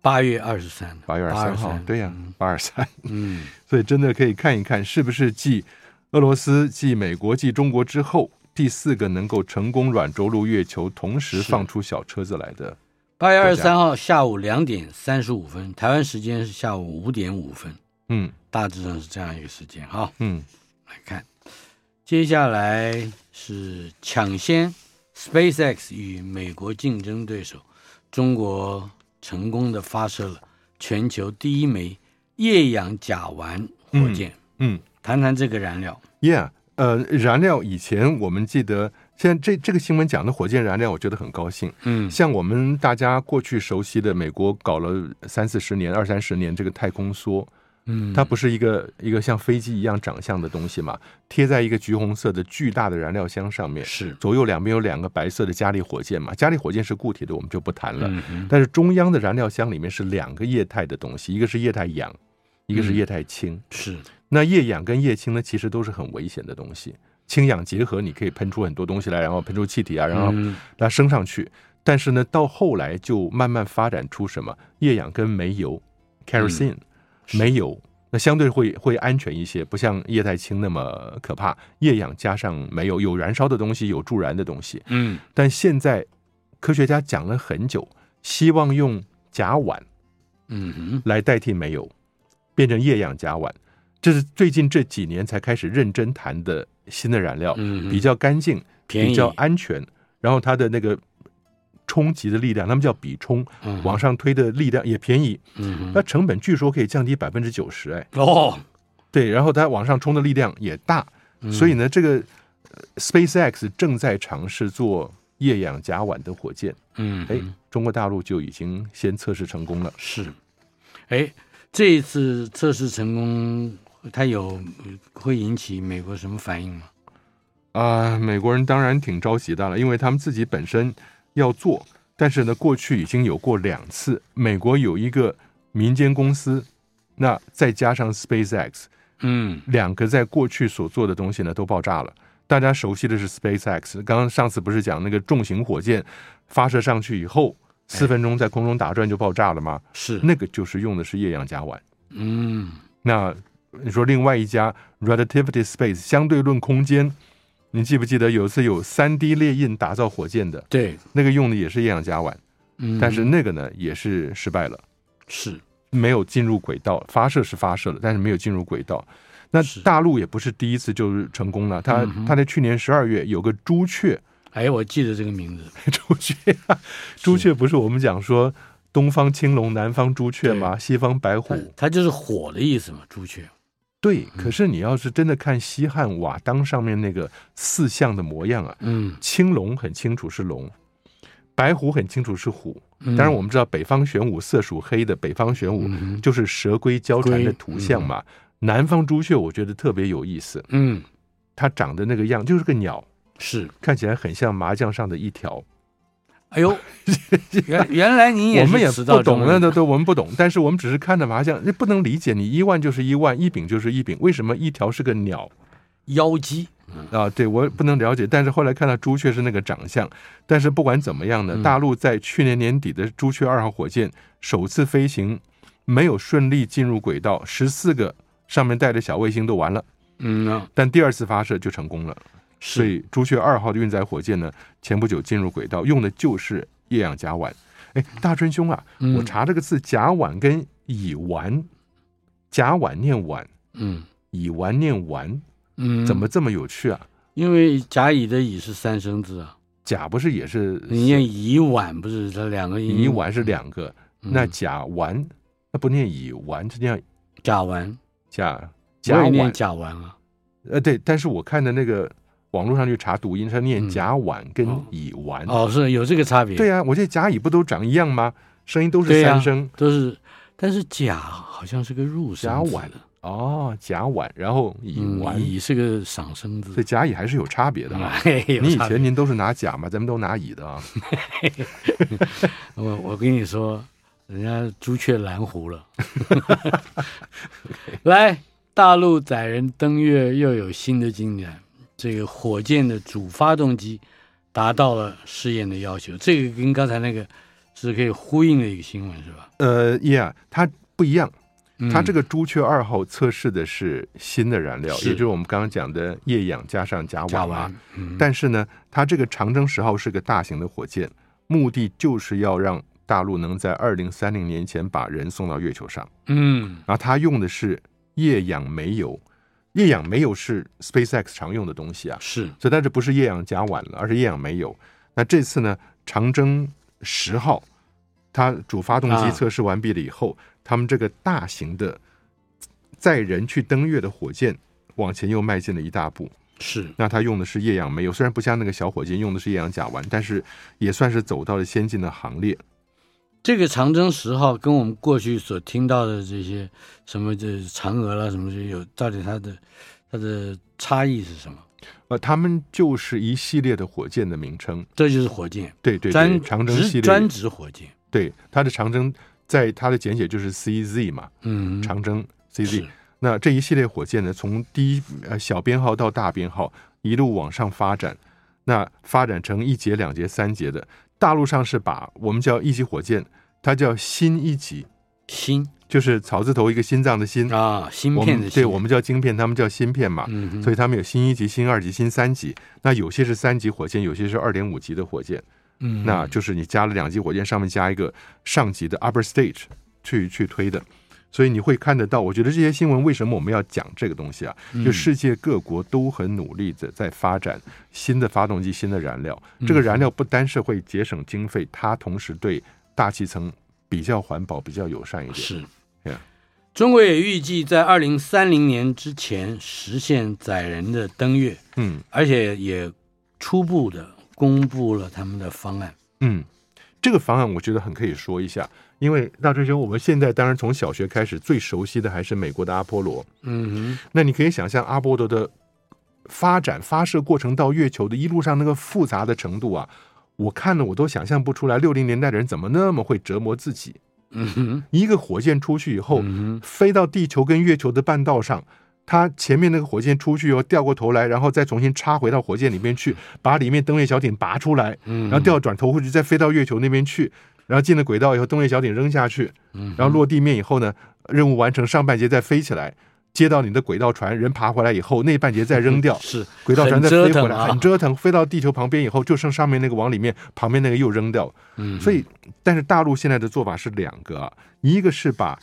Speaker 1: 八月二十三，
Speaker 2: 八月二十三嗯号
Speaker 1: 823，
Speaker 2: 对呀、八二三。
Speaker 1: 嗯，
Speaker 2: 所以真的可以看一看，是不是继俄罗斯、继美国、继中国之后，第四个能够成功软着陆月球，同时
Speaker 1: 是
Speaker 2: 放出小车子来的。
Speaker 1: 八月二
Speaker 2: 国
Speaker 1: 十
Speaker 2: 家
Speaker 1: 三号下午两点三十五分，台湾时间是下午五点五分，
Speaker 2: 嗯
Speaker 1: 大致上是这样一个时间哈。
Speaker 2: 嗯，
Speaker 1: 来看，接下来是抢先 SpaceX 与美国竞争对手中国成功的发射了全球第一枚液氧甲烷火箭。
Speaker 2: 嗯
Speaker 1: 谈谈这个燃料，
Speaker 2: ，Yeah，呃，燃料以前我们记得，现在这这个新闻讲的火箭燃料，我觉得很高兴。
Speaker 1: 嗯
Speaker 2: 像我们大家过去熟悉的美国搞了三四十年、二三十年这个太空梭，
Speaker 1: 嗯，
Speaker 2: 它不是一个一个像飞机一样长相的东西嘛，贴在一个橘红色的巨大的燃料箱上面，
Speaker 1: 是
Speaker 2: 左右两边有两个白色的加力火箭嘛，加力火箭是固体的，我们就不谈了。
Speaker 1: 嗯哼
Speaker 2: 但是中央的燃料箱里面是两个液态的东西，一个是液态氧，一个是
Speaker 1: 嗯
Speaker 2: 液态氢。
Speaker 1: 是
Speaker 2: 那液氧跟液氢呢，其实都是很危险的东西。氢氧结合，你可以喷出很多东西来，然后喷出气体啊，然后
Speaker 1: 嗯
Speaker 2: 把它升上去。但是呢，到后来就慢慢发展出什么液氧跟煤油 （kerosene）、煤油，那相对会会安全一些，不像液态氢那么可怕。液氧加上煤油，有燃烧的东西，有助燃的东西。
Speaker 1: 嗯
Speaker 2: 但现在科学家讲了很久，希望用甲烷
Speaker 1: 嗯哼
Speaker 2: 来代替煤油，变成液氧甲烷。这是最近这几年才开始认真谈的新的燃料，
Speaker 1: 嗯哼
Speaker 2: 比较干净，
Speaker 1: 便宜
Speaker 2: 比较安全，然后它的那个冲击的力量，他们叫比冲，
Speaker 1: 嗯
Speaker 2: 往上推的力量也便宜，
Speaker 1: 嗯
Speaker 2: 那
Speaker 1: 哼
Speaker 2: 成本据说可以降低百分之九十，哎，
Speaker 1: 哦，
Speaker 2: 对，然后它往上冲的力量也大，
Speaker 1: 嗯
Speaker 2: 所以呢，这个呃 SpaceX 正在尝试做液氧甲烷的火箭，
Speaker 1: 嗯
Speaker 2: 哎，中国大陆就已经先测试成功了。
Speaker 1: 是，哎，这一次测试成功，它有会引起美国什么反应吗？
Speaker 2: 啊、美国人当然挺着急的了，因为他们自己本身要做，但是呢，过去已经有过两次，美国有一个民间公司，那再加上 SpaceX，
Speaker 1: 嗯
Speaker 2: 两个在过去所做的东西呢都爆炸了。大家熟悉的是 SpaceX，刚刚上次不是讲那个重型火箭发射上去以后，四分钟在空中打转就爆炸了吗？
Speaker 1: 是，
Speaker 2: 那个就是用的是液氧甲烷。
Speaker 1: 嗯
Speaker 2: 那你说另外一家 Relativity Space 相对论空间，你记不记得有一次有三 D 列印打造火箭的
Speaker 1: 对，
Speaker 2: 那个用的也是液氧甲烷，
Speaker 1: 嗯，
Speaker 2: 但是那个呢也是失败了，
Speaker 1: 是
Speaker 2: 没有进入轨道，发射是发射了，但是没有进入轨道。那
Speaker 1: 是
Speaker 2: 大陆也不是第一次就是成功了，它
Speaker 1: 嗯哼
Speaker 2: 它在去年十二月有个朱雀
Speaker 1: 哎，我记得这个名字，
Speaker 2: 朱雀，啊朱雀不是我们讲说东方青龙，南方朱雀吗？西方白
Speaker 1: 它
Speaker 2: 虎。
Speaker 1: 它就是火的意思嘛，朱雀。
Speaker 2: 对，
Speaker 1: 嗯
Speaker 2: 可是你要是真的看西汉瓦当上面那个四象的模样啊，
Speaker 1: 嗯，
Speaker 2: 青龙很清楚是龙，白虎很清楚是虎。
Speaker 1: 嗯
Speaker 2: 当然，我们知道北方玄武色属黑的北方玄武
Speaker 1: 嗯哼
Speaker 2: 就是蛇龟交缠的
Speaker 1: 龟
Speaker 2: 图像嘛。南方朱雀我觉得特别有意思，
Speaker 1: 嗯
Speaker 2: 它长得那个样就是个鸟，
Speaker 1: 是。
Speaker 2: 看起来很像麻将上的一条。
Speaker 1: 哎呦，原原来您也
Speaker 2: 我们也
Speaker 1: 是迟到
Speaker 2: 不懂
Speaker 1: 中
Speaker 2: 那
Speaker 1: 人
Speaker 2: 都都我们不懂，但是我们只是看着麻将，那不能理解。你一万就是一万，一饼就是一饼，为什么一条是个鸟
Speaker 1: 妖姬，
Speaker 2: 啊？对我不能了解。但是后来看到朱雀是那个长相，但是不管怎么样呢，
Speaker 1: 嗯
Speaker 2: 大陆在去年年底的朱雀二号火箭首次飞行没有顺利进入轨道，十四个上面带着小卫星都完了，
Speaker 1: 嗯啊，
Speaker 2: 但第二次发射就成功了。所
Speaker 1: 是
Speaker 2: 以朱雀二号的运载火箭呢，前不久进入轨道，用的就是液氧甲烷。哎，大春兄啊，
Speaker 1: 嗯
Speaker 2: 我查这个字，甲烷跟乙烷，甲烷念烷，
Speaker 1: 嗯
Speaker 2: 乙烷念烷，
Speaker 1: 嗯，
Speaker 2: 怎么这么有趣啊？
Speaker 1: 因为甲乙的乙是三声字啊，
Speaker 2: 甲不是也是
Speaker 1: 你念乙晚不是？它两个音
Speaker 2: 乙烷是两个，
Speaker 1: 嗯
Speaker 2: 那甲烷那不念乙烷，是念
Speaker 1: 甲烷，
Speaker 2: 甲甲
Speaker 1: 我也念
Speaker 2: 烷。
Speaker 1: 甲烷啊。
Speaker 2: 呃，对，但是我看的那个网络上去查读音，它念
Speaker 1: 嗯
Speaker 2: 甲烷跟
Speaker 1: 哦
Speaker 2: 乙烷。
Speaker 1: 哦，是有这个差别。
Speaker 2: 嗯对啊，我这甲乙不都长一样吗？声音都是
Speaker 1: 对啊呀
Speaker 2: 三声。
Speaker 1: 都是，但是甲好像是个入声字
Speaker 2: 甲烷哦，甲烷，然后乙
Speaker 1: 嗯
Speaker 2: 烷，
Speaker 1: 乙是个上声字
Speaker 2: 所以。甲乙还是有差别的啊。
Speaker 1: 哎有
Speaker 2: 你以
Speaker 1: 差别
Speaker 2: 前您都是拿甲嘛，咱们都拿乙的啊。
Speaker 1: 我我跟你说，人家朱雀蓝湖 了。 来，大陆载人登月又有新的进展，这个火箭的主发动机达到了试验的要求，这个跟刚才那个是可以呼应的一个新闻，是吧？
Speaker 2: 呃，呀，它不一样，
Speaker 1: 嗯
Speaker 2: 它这个朱雀二号测试的是新的燃料，
Speaker 1: 是
Speaker 2: 也就是我们刚刚讲的液氧加上甲
Speaker 1: 甲
Speaker 2: 烷
Speaker 1: 烷
Speaker 2: 啊。，但是呢，它这个长征十号是个大型的火箭，目的就是要让大陆能在二零三零年前把人送到月球上。
Speaker 1: 嗯
Speaker 2: 然后它用的是液氧煤油，液氧煤油是 SpaceX 常用的东西啊。
Speaker 1: 是
Speaker 2: 所以但这不是液氧甲烷了，而是液氧煤油。那这次呢，长征十号它主发动
Speaker 1: 啊
Speaker 2: 机测试完毕了以后，他们这个大型的载人去登月的火箭往前又迈进了一大步。
Speaker 1: 是，
Speaker 2: 那它用的是液氧煤油，虽然不像那个小火箭用的是液氧甲烷，但是也算是走到了先进的行列。
Speaker 1: 这个长征十号跟我们过去所听到的这些什么这嫦娥啦什么这有，到底它的它的差异是什么？
Speaker 2: 呃，他们就是一系列的火箭的名称，
Speaker 1: 这就是火箭，
Speaker 2: 对对对，
Speaker 1: 专
Speaker 2: 长征
Speaker 1: 只
Speaker 2: 系列
Speaker 1: 专，指火箭，
Speaker 2: 对它的长征，在它的简写就是 CZ 嘛，
Speaker 1: 嗯，
Speaker 2: 长征 CZ
Speaker 1: 是。
Speaker 2: 那这一系列火箭呢，从第一呃小编号到大编号一路往上发展，那发展成一节、两节、三节的。大陆上是把我们叫一级火箭，它叫新一级，
Speaker 1: 芯
Speaker 2: 就是草字头一个心脏的心，
Speaker 1: 啊，芯
Speaker 2: 我
Speaker 1: 片
Speaker 2: 们
Speaker 1: 的芯，
Speaker 2: 对我们叫晶片，他们叫芯片嘛。
Speaker 1: 嗯哼，
Speaker 2: 所以他们有新一级、新二级、新三级，那有些是三级火箭，有些是二点五级的火箭，
Speaker 1: 嗯
Speaker 2: 那就是你加了两级火箭，上面加一个上级的 upper stage 去去推的，所以你会看得到。我觉得这些新闻为什么我们要讲这个东西啊？
Speaker 1: 嗯
Speaker 2: 就世界各国都很努力的在发展新的发动机、新的燃料。
Speaker 1: 嗯
Speaker 2: 这个燃料不单是会节省经费，它同时对大气层比较环保、比较友善一点。
Speaker 1: 是
Speaker 2: Yeah。
Speaker 1: 中国也预计在二零三零年之前实现载人的登月，
Speaker 2: 嗯
Speaker 1: 而且也初步的公布了他们的方案。
Speaker 2: 嗯，这个方案我觉得很可以说一下，因为大春兄，我们现在当然从小学开始最熟悉的还是美国的阿波罗。
Speaker 1: 嗯哼，
Speaker 2: 那你可以想象阿波罗的发展发射过程到月球的一路上那个复杂的程度啊，我看了我都想象不出来，六零年代的人怎么那么会折磨自己。
Speaker 1: 嗯哼，
Speaker 2: 一个火箭出去以后，
Speaker 1: 嗯哼，
Speaker 2: 飞到地球跟月球的半道上，它前面那个火箭出去以后掉过头来，然后再重新插回到火箭里面去，把里面登月小艇拔出来，
Speaker 1: 嗯。
Speaker 2: 然后掉转头回去，再飞到月球那边去，然后进了轨道以后，登月小艇扔下去，然后落地面以后呢，任务完成上半截再飞起来，接到你的轨道船，人爬回来以后，那半截再扔掉
Speaker 1: 是
Speaker 2: 轨道船再
Speaker 1: 很
Speaker 2: 飞
Speaker 1: 折腾
Speaker 2: 回来，
Speaker 1: 啊
Speaker 2: 很折腾，飞到地球旁边以后，就剩上面那个往里面，旁边那个又扔掉。
Speaker 1: 嗯
Speaker 2: 所以，但是大陆现在的做法是两个啊，一个是把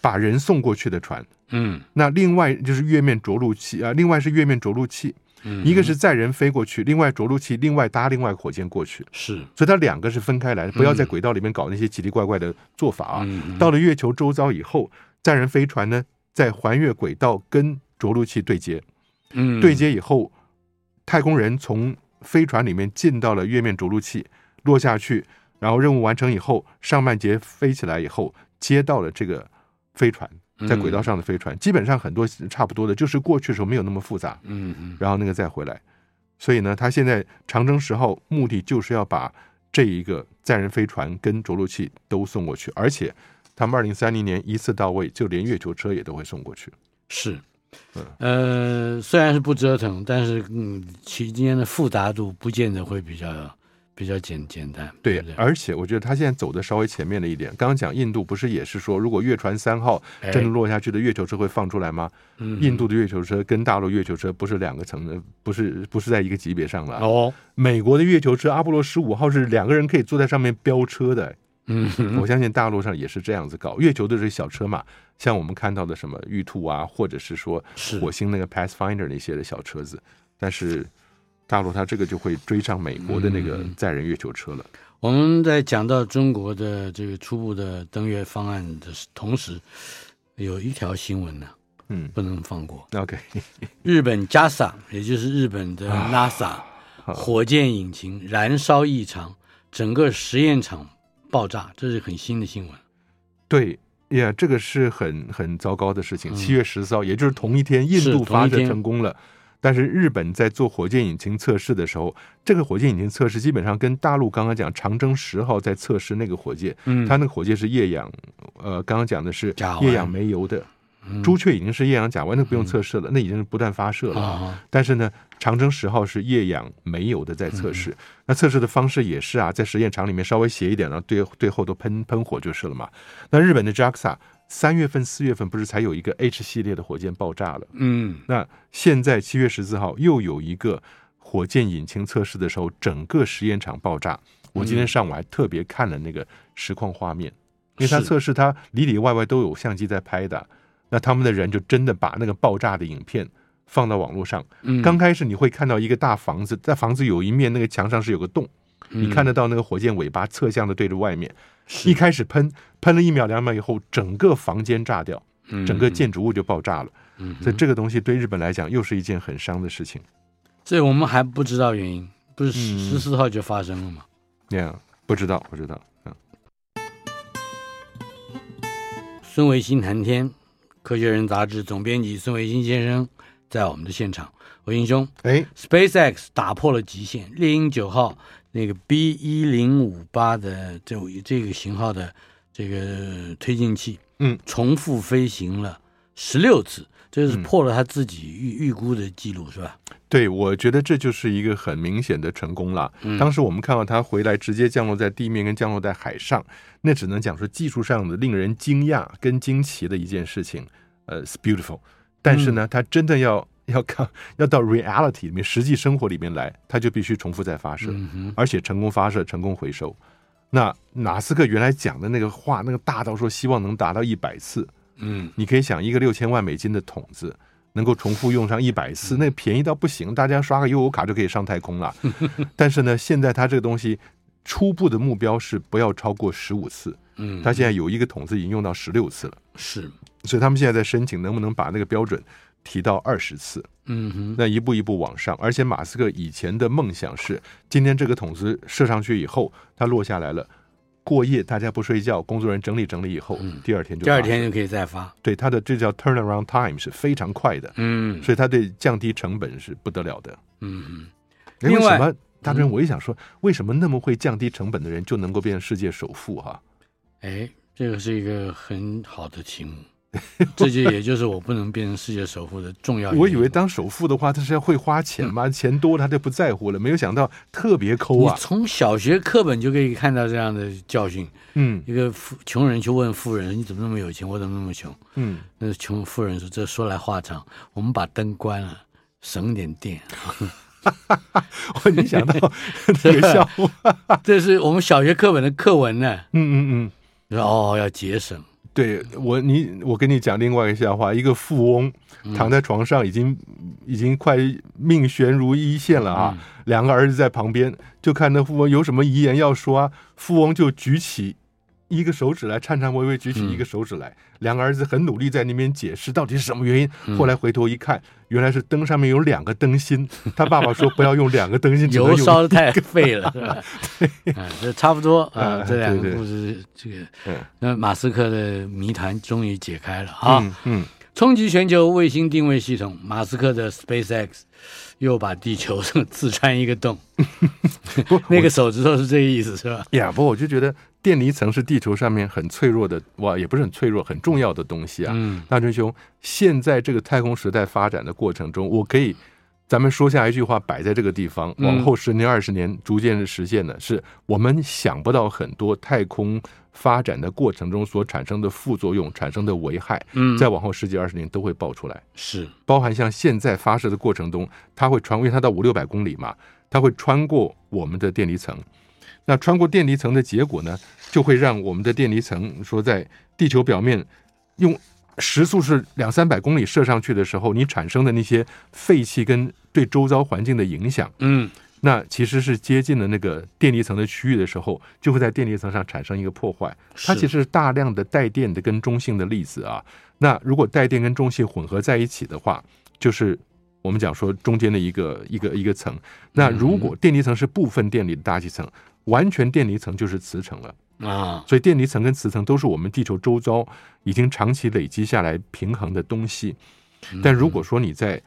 Speaker 2: 把人送过去的船，
Speaker 1: 嗯
Speaker 2: 呃那另外就是月面着陆器啊，另外是月面着陆器。
Speaker 1: 嗯
Speaker 2: 一个是载人飞过去，另外着陆器另外搭另外火箭过去，
Speaker 1: 是
Speaker 2: 所以它两个是分开来的。不要在轨道里面搞那些奇奇怪怪的做法啊！
Speaker 1: 嗯
Speaker 2: 到了月球周遭以后，载人飞船呢在环月轨道跟着陆器对接，
Speaker 1: 嗯
Speaker 2: 对接以后，太空人从飞船里面进到了月面着陆器，落下去，然后任务完成以后，上半截飞起来以后，接到了这个飞船，在轨道上的飞船，基本上很多差不多的，就是过去的时候没有那么复杂，
Speaker 1: 嗯嗯
Speaker 2: 然后那个再回来。所以呢，它现在长征十号目的就是要把这一个载人飞船跟着陆器都送过去，而且他们二零三零年一次到位，就连月球车也都会送过去。
Speaker 1: 是。
Speaker 2: 嗯
Speaker 1: 呃，虽然是不折腾，但是嗯，其间的复杂度不见得会比较比较简简单，
Speaker 2: 对，
Speaker 1: 不对？
Speaker 2: 而且我觉得他现在走的稍微前面了一点。刚刚讲印度不是也是说，如果月船三号
Speaker 1: 哎
Speaker 2: 真的落下去的月球车会放出来吗？
Speaker 1: 嗯
Speaker 2: 印度的月球车跟大陆月球车不是两个层的，不是不是在一个级别上了。
Speaker 1: 哦，
Speaker 2: 美国的月球车阿波罗十五号是两个人可以坐在上面飙车的，
Speaker 1: 嗯
Speaker 2: 我相信大陆上也是这样子搞。月球的这小车嘛，像我们看到的什么玉兔啊，或者是说
Speaker 1: 是
Speaker 2: 火星那个 Pathfinder 那些的小车子，但是大陆它这个就会追上美国的那个
Speaker 1: 嗯
Speaker 2: 载人月球车了。
Speaker 1: 我们在讲到中国的这个初步的登月方案的同时，有一条新闻呢
Speaker 2: 嗯
Speaker 1: 不能放过。
Speaker 2: ，OK，
Speaker 1: 日本 JAXA，也就是日本的
Speaker 2: 啊
Speaker 1: NASA，火箭引擎燃烧异常，整个实验场爆炸，这是很新的新闻。
Speaker 2: 对。呀、这个是很很糟糕的事情。七月十四号，也就是同一天，印
Speaker 1: 嗯是
Speaker 2: 度发
Speaker 1: 同一
Speaker 2: 射
Speaker 1: 天
Speaker 2: 成功了。但是日本在做火箭引擎测试的时候，这个火箭引擎测试基本上跟大陆刚刚讲长征十号在测试那个火箭，
Speaker 1: 嗯
Speaker 2: 它那个火箭是液氧，呃，刚刚讲的是
Speaker 1: 甲烷嗯
Speaker 2: 液氧煤油的，朱雀已经是液氧甲烷，那不用测试了，那已经是不断发射了。
Speaker 1: 啊，
Speaker 2: 但是呢，长征十号是液氧煤油的在测
Speaker 1: 嗯
Speaker 2: 试，那测试的方式也是啊，在实验场里面稍微斜一点，然后对对后头喷喷火就是了嘛。那日本的 JAXA 三月份、四月份不是才有一个 H 系列的火箭爆炸了？
Speaker 1: 嗯
Speaker 2: 那现在七月十四号又有一个火箭引擎测试的时候，整个实验场爆炸。我
Speaker 1: 嗯
Speaker 2: 今天上午还特别看了那个实况画面，因为它
Speaker 1: 是
Speaker 2: 测试它里里外外都有相机在拍的。那他们的人就真的把那个爆炸的影片放到网络上。
Speaker 1: 嗯，
Speaker 2: 刚开始你会看到一个大房子，在房子有一面那个墙上是有个洞，
Speaker 1: 嗯
Speaker 2: 你看得到那个火箭尾巴侧向的对着外面。
Speaker 1: 是
Speaker 2: 一开始喷，喷了一秒两秒以后，整个房间炸掉。
Speaker 1: 嗯
Speaker 2: 整个建筑物就爆炸了。
Speaker 1: 嗯哼
Speaker 2: 所以这个东西对日本来讲又是一件很伤的事情。
Speaker 1: 所以我们还不知道原因，不是
Speaker 2: 嗯
Speaker 1: 十四号就发生了吗？
Speaker 2: 那样不知道，不知道。嗯，
Speaker 1: 孙维新谈天，《科学人》杂志总编辑孙维新先生在我们的现场，维新兄
Speaker 2: 哎，
Speaker 1: ，SpaceX 打破了极限，猎鹰九号那个 B 一零五八的这这个型号的这个推进器，
Speaker 2: 嗯，
Speaker 1: 重复飞行了十六次，这
Speaker 2: 嗯
Speaker 1: 是破了他自己预预估的记录，是吧？
Speaker 2: 对，我觉得这就是一个很明显的成功了。
Speaker 1: 嗯
Speaker 2: 当时我们看到它回来直接降落在地面跟降落在海上，那只能讲说技术上的令人惊讶跟惊奇的一件事情。呃，it's beautiful。但是
Speaker 1: 嗯
Speaker 2: 呢，它真的要要看要到 reality 里面实际生活里面来，它就必须重复再发射。
Speaker 1: 嗯哼，
Speaker 2: 而且成功发射、成功回收。那马斯克原来讲的那个话，那个大到说希望能达到一百次，
Speaker 1: 嗯，
Speaker 2: 你可以想一个六千万美金的桶子能够重复用上一百次，那便宜到不行，大家刷个悠游卡就可以上太空了。但是呢，现在它这个东西初步的目标是不要超过十五次，
Speaker 1: 嗯，
Speaker 2: 它现在有一个桶子已经用到十六次了，
Speaker 1: 是，
Speaker 2: 所以他们现在在申请能不能把那个标准提到二十次。
Speaker 1: 嗯哼，
Speaker 2: 那一步一步往上，而且马斯克以前的梦想是，今天这个桶子射上去以后，它落下来了，过夜大家不睡觉，工作人员整理整理以后，第二天
Speaker 1: 嗯
Speaker 2: 就
Speaker 1: 第二
Speaker 2: 发射
Speaker 1: 天就可以再发，
Speaker 2: 对它的这叫 turnaround time 是非常快的，
Speaker 1: 嗯
Speaker 2: 所以它对降低成本是不得了的。
Speaker 1: 嗯嗯。
Speaker 2: 哎
Speaker 1: 另
Speaker 2: 为
Speaker 1: 外嗯
Speaker 2: 什么大兵？我也想说，为什么那么会降低成本的人就能够变成世界首富哈、
Speaker 1: 哎，这个是一个很好的题目， 这就也就是我不能变成世界首富的重要原因。
Speaker 2: 我以为当首富的话，他是要会花钱
Speaker 1: 嗯
Speaker 2: 嘛，钱多他就不在乎了，没有想到特别抠
Speaker 1: 你
Speaker 2: 啊。
Speaker 1: 从小学课本就可以看到这样的教训：
Speaker 2: 嗯
Speaker 1: 一个富穷人去问富人，你怎么那么有钱，我怎么那么穷？
Speaker 2: 嗯，
Speaker 1: 那穷富人说：“这说来话长，我们把灯关了，省点电。
Speaker 2: 我没想到 这
Speaker 1: 啊
Speaker 2: 个笑话。”
Speaker 1: 这是我们小学课本的课文呢。
Speaker 2: 嗯嗯嗯。
Speaker 1: 说哦，要节省，
Speaker 2: 对我，你我跟你讲另外一个笑话，一个富翁
Speaker 1: 嗯
Speaker 2: 躺在床上，已经、已经快命悬如一线了啊！
Speaker 1: 嗯
Speaker 2: 两个儿子在旁边，就看那富翁有什么遗言要说啊，富翁就举起一个手指来，颤颤巍巍
Speaker 1: 嗯
Speaker 2: 举起一个手指来，两个儿子很努力在那边解释到底是什么原因。
Speaker 1: 嗯
Speaker 2: 后来回头一看，原来是灯上面有两个灯芯，他爸爸说不要用两个灯芯， 只 能
Speaker 1: 油
Speaker 2: 用
Speaker 1: 烧的太废 了，是吧？啊，这差不多啊
Speaker 2: 啊，
Speaker 1: 这两个
Speaker 2: 对对
Speaker 1: 故事，这个
Speaker 2: 嗯
Speaker 1: 那马斯克的谜团终于解开了啊！
Speaker 2: 嗯嗯，
Speaker 1: 冲击全球卫星定位系统，马斯克的 SpaceX 又把地球 刺穿一个 洞，
Speaker 2: 不，
Speaker 1: 那个手指头是这个意思是吧？
Speaker 2: 呀，不过我就觉得电离层是地球上面很脆弱的，哇，也不是很脆弱，很重要的东西啊。
Speaker 1: 嗯
Speaker 2: 大春兄，现在这个太空时代发展的过程中，我可以，咱们说下一句话摆在这个地方，
Speaker 1: 嗯
Speaker 2: 往后十年、二十年逐渐的实现的，是我们想不到很多太空发展的过程中所产生的副作用、产生的危害，
Speaker 1: 嗯，
Speaker 2: 在往后十几二十年都会爆出来。
Speaker 1: 是
Speaker 2: 包含像现在发射的过程中，它会穿，因为它到五六百公里嘛，它会穿过我们的电离层。那穿过电离层的结果呢，就会让我们的电离层说在地球表面用时速是两三百公里射上去的时候，你产生的那些废气跟对周遭环境的影响，
Speaker 1: 嗯
Speaker 2: 那其实是接近了那个电离层的区域的时候，就会在电离层上产生一个破坏。它
Speaker 1: 是
Speaker 2: 其实是大量的带电的跟中性的粒子啊。那如果带电跟中性混合在一起的话，就是我们讲说中间的一个一个一个层。那如果电离层是部分电离的大气层，完全电离层就是磁层了。
Speaker 1: 啊，
Speaker 2: 所以电离层跟磁层都是我们地球周遭已经长期累积下来平衡的东西。
Speaker 1: 嗯
Speaker 2: 但如果说你在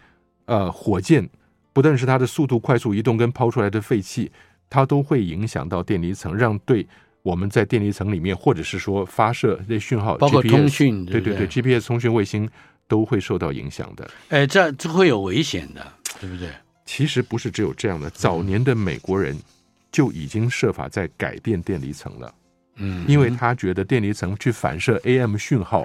Speaker 2: 呃火箭，不但是它的速度快速移动跟抛出来的废气，它都会影响到电离层，让对我们在电离层里面，或者是说发射这讯号，
Speaker 1: 包括
Speaker 2: GPS
Speaker 1: 通讯
Speaker 2: 对
Speaker 1: 对
Speaker 2: 对
Speaker 1: 不
Speaker 2: 对，GPS 通讯卫星都会受到影响的。
Speaker 1: 哎，这这会有危险的，对不对？
Speaker 2: 其实不是只有这样的，早
Speaker 1: 嗯
Speaker 2: 年的美国人就已经设法在改变电离层了。
Speaker 1: 嗯，
Speaker 2: 因为他觉得电离层去反射 AM 讯号，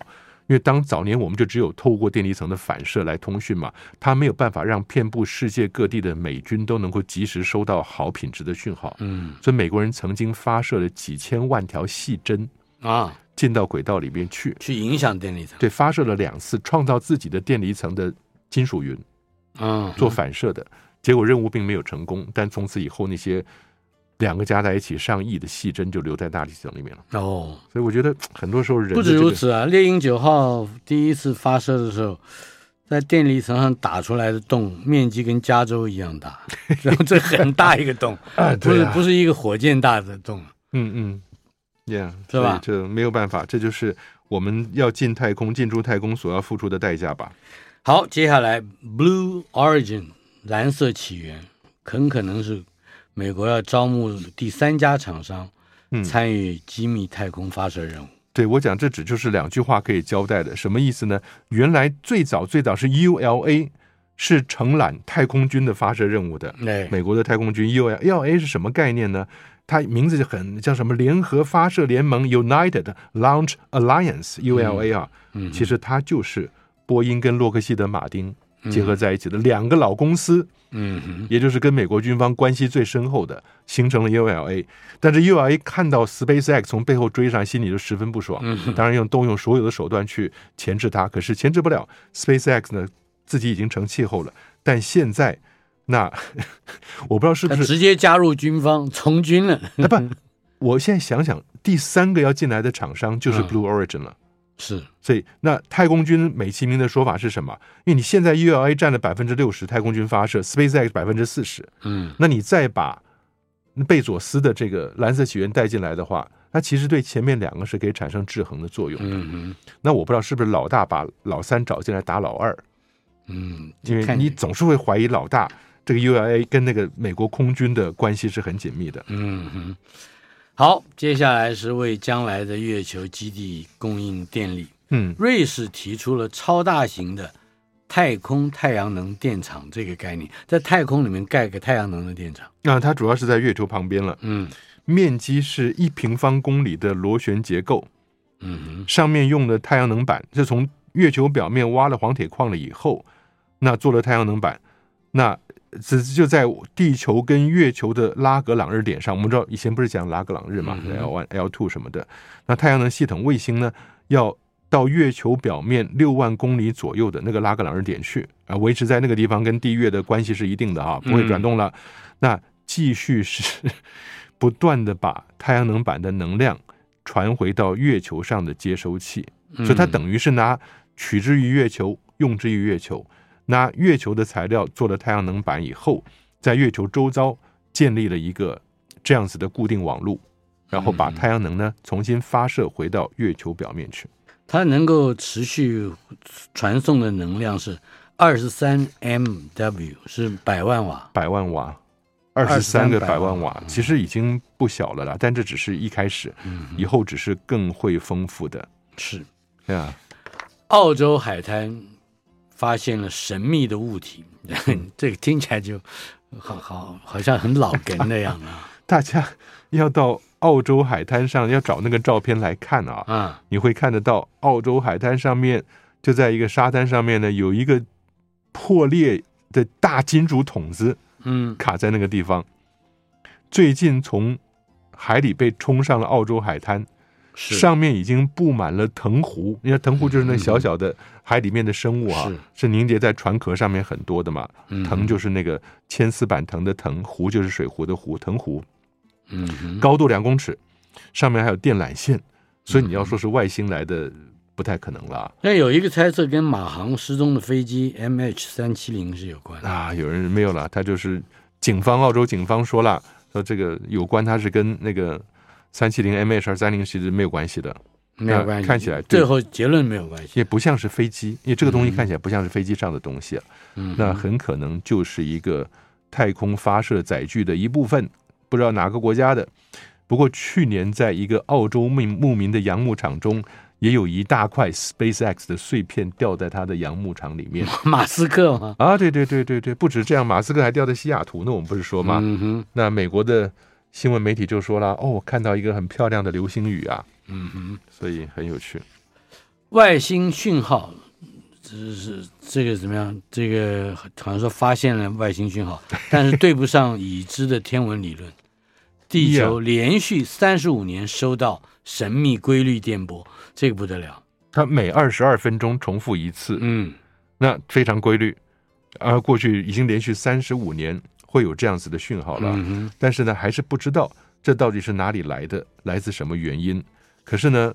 Speaker 2: 因为当早年我们就只有透过电离层的反射来通讯嘛，他没有办法让遍布世界各地的美军都能够及时收到好品质的讯号，
Speaker 1: 嗯
Speaker 2: 所以美国人曾经发射了几千万条细针
Speaker 1: 啊，
Speaker 2: 进到轨道里面去，
Speaker 1: 去影响电力层，
Speaker 2: 对，发射了两次，创造自己的电离层的金属云
Speaker 1: 嗯，
Speaker 2: 做反射的，结果任务并没有成功，但从此以后那些。两个加在一起上亿的细针就留在大气层里面了，
Speaker 1: 哦。
Speaker 2: 所以我觉得很多时候人的
Speaker 1: 不止
Speaker 2: 这个
Speaker 1: 如此啊，猎鹰九号第一次发射的时候，在电离层上打出来的洞面积跟加州一样 大，然后这很大一个洞，
Speaker 2: 啊，
Speaker 1: 不
Speaker 2: 对
Speaker 1: 是
Speaker 2: 啊，
Speaker 1: 不是一个火箭大的洞。
Speaker 2: 嗯嗯，Yeah，
Speaker 1: 是吧
Speaker 2: 所以这没有办法，这就是我们要进太空、进驻太空所要付出的代价吧。
Speaker 1: 好，接下来 Blue Origin 蓝色起源很可能是美国要招募第三家厂商
Speaker 2: 嗯
Speaker 1: 参与机密太空发射任务。
Speaker 2: 对我讲，这只就是两句话可以交代的，什么意思呢？原来最早最早是 ULA 是承揽太空军的发射任务的，
Speaker 1: 对，
Speaker 2: 美国的太空军 ULA ULA 是什么概念呢？它名字就很叫什么联合发射联盟 United Launch Alliance ULA 啊，
Speaker 1: 嗯
Speaker 2: 其实它就是波音跟洛克希德马丁结合在一起的两个老公司。
Speaker 1: 嗯哼，
Speaker 2: 也就是跟美国军方关系最深厚的，形成了 ULA。但是 ULA 看到 SpaceX 从背后追上，心里就十分不爽，当然用动用所有的手段去钳制它，可是钳制不了。SpaceX 呢，自己已经成气候了，但现在那我不知道是
Speaker 1: 他
Speaker 2: 不是，
Speaker 1: 直接加入军方从军了。
Speaker 2: 那不，我现在想想，第三个要进来的厂商就是
Speaker 1: 嗯
Speaker 2: Blue Origin 了。
Speaker 1: 是，
Speaker 2: 所以，那太空军美其名的说法是什么？因为你现在 ULA 占了百分之六十，太空军发射，SpaceX 百分之四十，
Speaker 1: 嗯
Speaker 2: 那你再把贝佐斯的这个蓝色起源带进来的话，那其实对前面两个是可以产生制衡的作用。
Speaker 1: 嗯哼，
Speaker 2: 那我不知道是不是老大把老三找进来打老二，
Speaker 1: 嗯，
Speaker 2: 因为
Speaker 1: 看
Speaker 2: 你总是会怀疑老大这个 ULA 跟那个美国空军的关系是很紧密的。
Speaker 1: 嗯哼，好，接下来是为将来的月球基地供应电力。
Speaker 2: 嗯，
Speaker 1: 瑞士提出了超大型的太空太阳能电厂这个概念，在太空里面盖个太阳能的电厂。
Speaker 2: 那啊它主要是在月球旁边了，
Speaker 1: 嗯
Speaker 2: 面积是一平方公里的螺旋结构，
Speaker 1: 嗯
Speaker 2: 上面用的太阳能板是从月球表面挖了黄铁矿了以后，那做了太阳能板，那只就在地球跟月球的拉格朗日点上。我们知道以前不是讲拉格朗日嘛
Speaker 1: 嗯
Speaker 2: ，L one、L two 什么的。那太阳能系统卫星呢，要到月球表面六万公里左右的那个拉格朗日点去啊、维持在那个地方跟地月的关系是一定的啊，不会转动了。那继续是不断的把太阳能板的能量传回到月球上的接收器，所以它等于是拿取之于月球，用之于月球，拿月球的材料做了太阳能板以后，在月球周遭建立了一个这样子的固定网路，然后把太阳能呢重新发射回到月球表面去。
Speaker 1: 它能够持续传送的能量是二十三 MW，是百万瓦。
Speaker 2: 百万瓦，二十三个百万
Speaker 1: 百万
Speaker 2: 瓦，嗯其实已经不小了啦。但这只是一开始，以后只是更会丰富的。
Speaker 1: 是
Speaker 2: 对啊，
Speaker 1: 澳洲海滩发现了神秘的物体，
Speaker 2: 嗯
Speaker 1: 这个听起来就好好好像很老梗那样 啊
Speaker 2: 大家要到澳洲海滩上要找那个照片来看啊，
Speaker 1: 啊！
Speaker 2: 你会看得到澳洲海滩上面就在一个沙滩上面呢，有一个破裂的大金属筒子
Speaker 1: 嗯
Speaker 2: 卡在那个地方。最近从海里被冲上了澳洲海滩，
Speaker 1: 是
Speaker 2: 上面已经布满了藤壶。你看藤壶就是那小小的海里面的生物啊，
Speaker 1: 嗯是
Speaker 2: 凝结在船壳上面很多的嘛。
Speaker 1: 嗯
Speaker 2: 藤就是那个千丝板藤的藤，壶就是水壶的壶，藤壶
Speaker 1: 嗯哼
Speaker 2: 高度两公尺，上面还有电缆线，所以你要说是外星来的，不太可能了啊
Speaker 1: 那有一个猜测跟马航失踪的飞机 MH 三七零是有关的。
Speaker 2: 啊！有人没有了，他就是警方，澳洲警方说了，说这个有关它是跟那个三七零 MH 二三零其实没有关系的，
Speaker 1: 没有关系，
Speaker 2: 那看起来对
Speaker 1: 最后结论没有关系。
Speaker 2: 也不像是飞机，因为这个东西看起来不像是飞机上的东西啊。
Speaker 1: 嗯，
Speaker 2: 那很可能就是一个太空发射载具的一部分，不知道哪个国家的。不过去年在一个澳洲牧牧民的洋牧场中，也有一大块 SpaceX 的碎片掉在他的洋牧场里面
Speaker 1: 马斯克嘛，
Speaker 2: 啊！对对对对对，不止这样，马斯克还掉在西雅图呢，我们不是说吗？
Speaker 1: 嗯哼，
Speaker 2: 那美国的新闻媒体就说了，哦，我看到一个很漂亮的流星雨啊，
Speaker 1: 嗯哼，
Speaker 2: 所以很有趣。
Speaker 1: 外星讯号，这是这个怎么样？这个好像说发现了外星讯 号，但是对不上已知的天文理论。地球连续三十五年收到神秘规律电波，这个不得了。
Speaker 2: 它每二十二分钟重复一次，
Speaker 1: 嗯，
Speaker 2: 那非常规律，而过去已经连续三十五年会有这样子的讯号了，
Speaker 1: 嗯
Speaker 2: 但是呢，还是不知道这到底是哪里来的，来自什么原因。可是呢，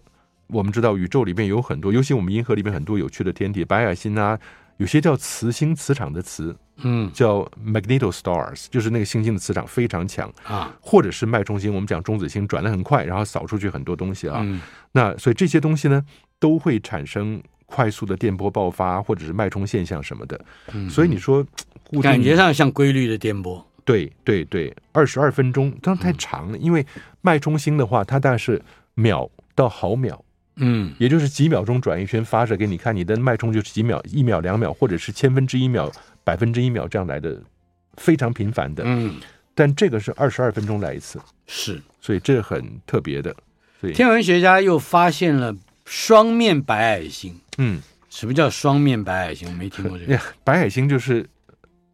Speaker 2: 我们知道宇宙里面有很多，尤其我们银河里面很多有趣的天体，白矮星啊，有些叫磁星磁场的磁，
Speaker 1: 哼，嗯
Speaker 2: 叫 magneto stars，就是那个星星的磁场非常强，
Speaker 1: 啊，
Speaker 2: 或者是脉冲星，我们讲中子星转得很快，然后扫出去很多东西啊。
Speaker 1: 嗯
Speaker 2: 那所以这些东西呢，都会产生快速的电波爆发或者是脉冲现象什么的。
Speaker 1: 嗯
Speaker 2: 所以你说，固定
Speaker 1: 感觉上像规律的电波。
Speaker 2: 对对对，二十二分钟，当然太
Speaker 1: 嗯
Speaker 2: 长了，因为脉冲星的话，它大概是秒到毫秒，
Speaker 1: 嗯
Speaker 2: 也就是几秒钟转一圈发射给你看，你的脉冲就是几秒、一秒、两秒，或者是千分之一秒、百分之一秒这样来的，非常频繁的。
Speaker 1: 嗯，
Speaker 2: 但这个是二十二分钟来一次，
Speaker 1: 是。
Speaker 2: 所以这很特别的。所以，
Speaker 1: 天文学家又发现了双面白矮星。
Speaker 2: 嗯。哎
Speaker 1: 什么叫双面白矮星？我没听过这个。
Speaker 2: 呀，白矮星就是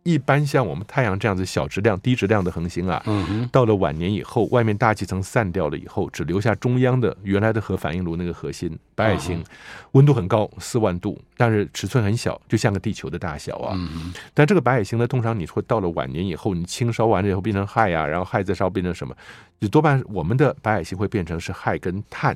Speaker 2: 一般像我们太阳这样子小质量、低质量的恒星啊，
Speaker 1: 嗯哼，
Speaker 2: 到了晚年以后，外面大气层散掉了以后，只留下中央的原来的核反应炉那个核心。
Speaker 1: 啊
Speaker 2: 白矮星温度很高，四万度，但是尺寸很小，就像个地球的大小啊。
Speaker 1: 嗯
Speaker 2: 但这个白矮星呢，通常你会到了晚年以后，你氢烧完了以后变成氦啊，然后氦再烧变成什么？就多半我们的白矮星会变成是氦跟碳，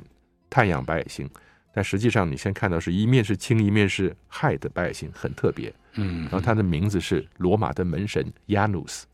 Speaker 2: 碳氧白矮星。但实际上，你先看到是一面是氢，一面是氦的白矮星，很特别。
Speaker 1: 嗯
Speaker 2: 然后他的名字是罗马的门神亚努斯，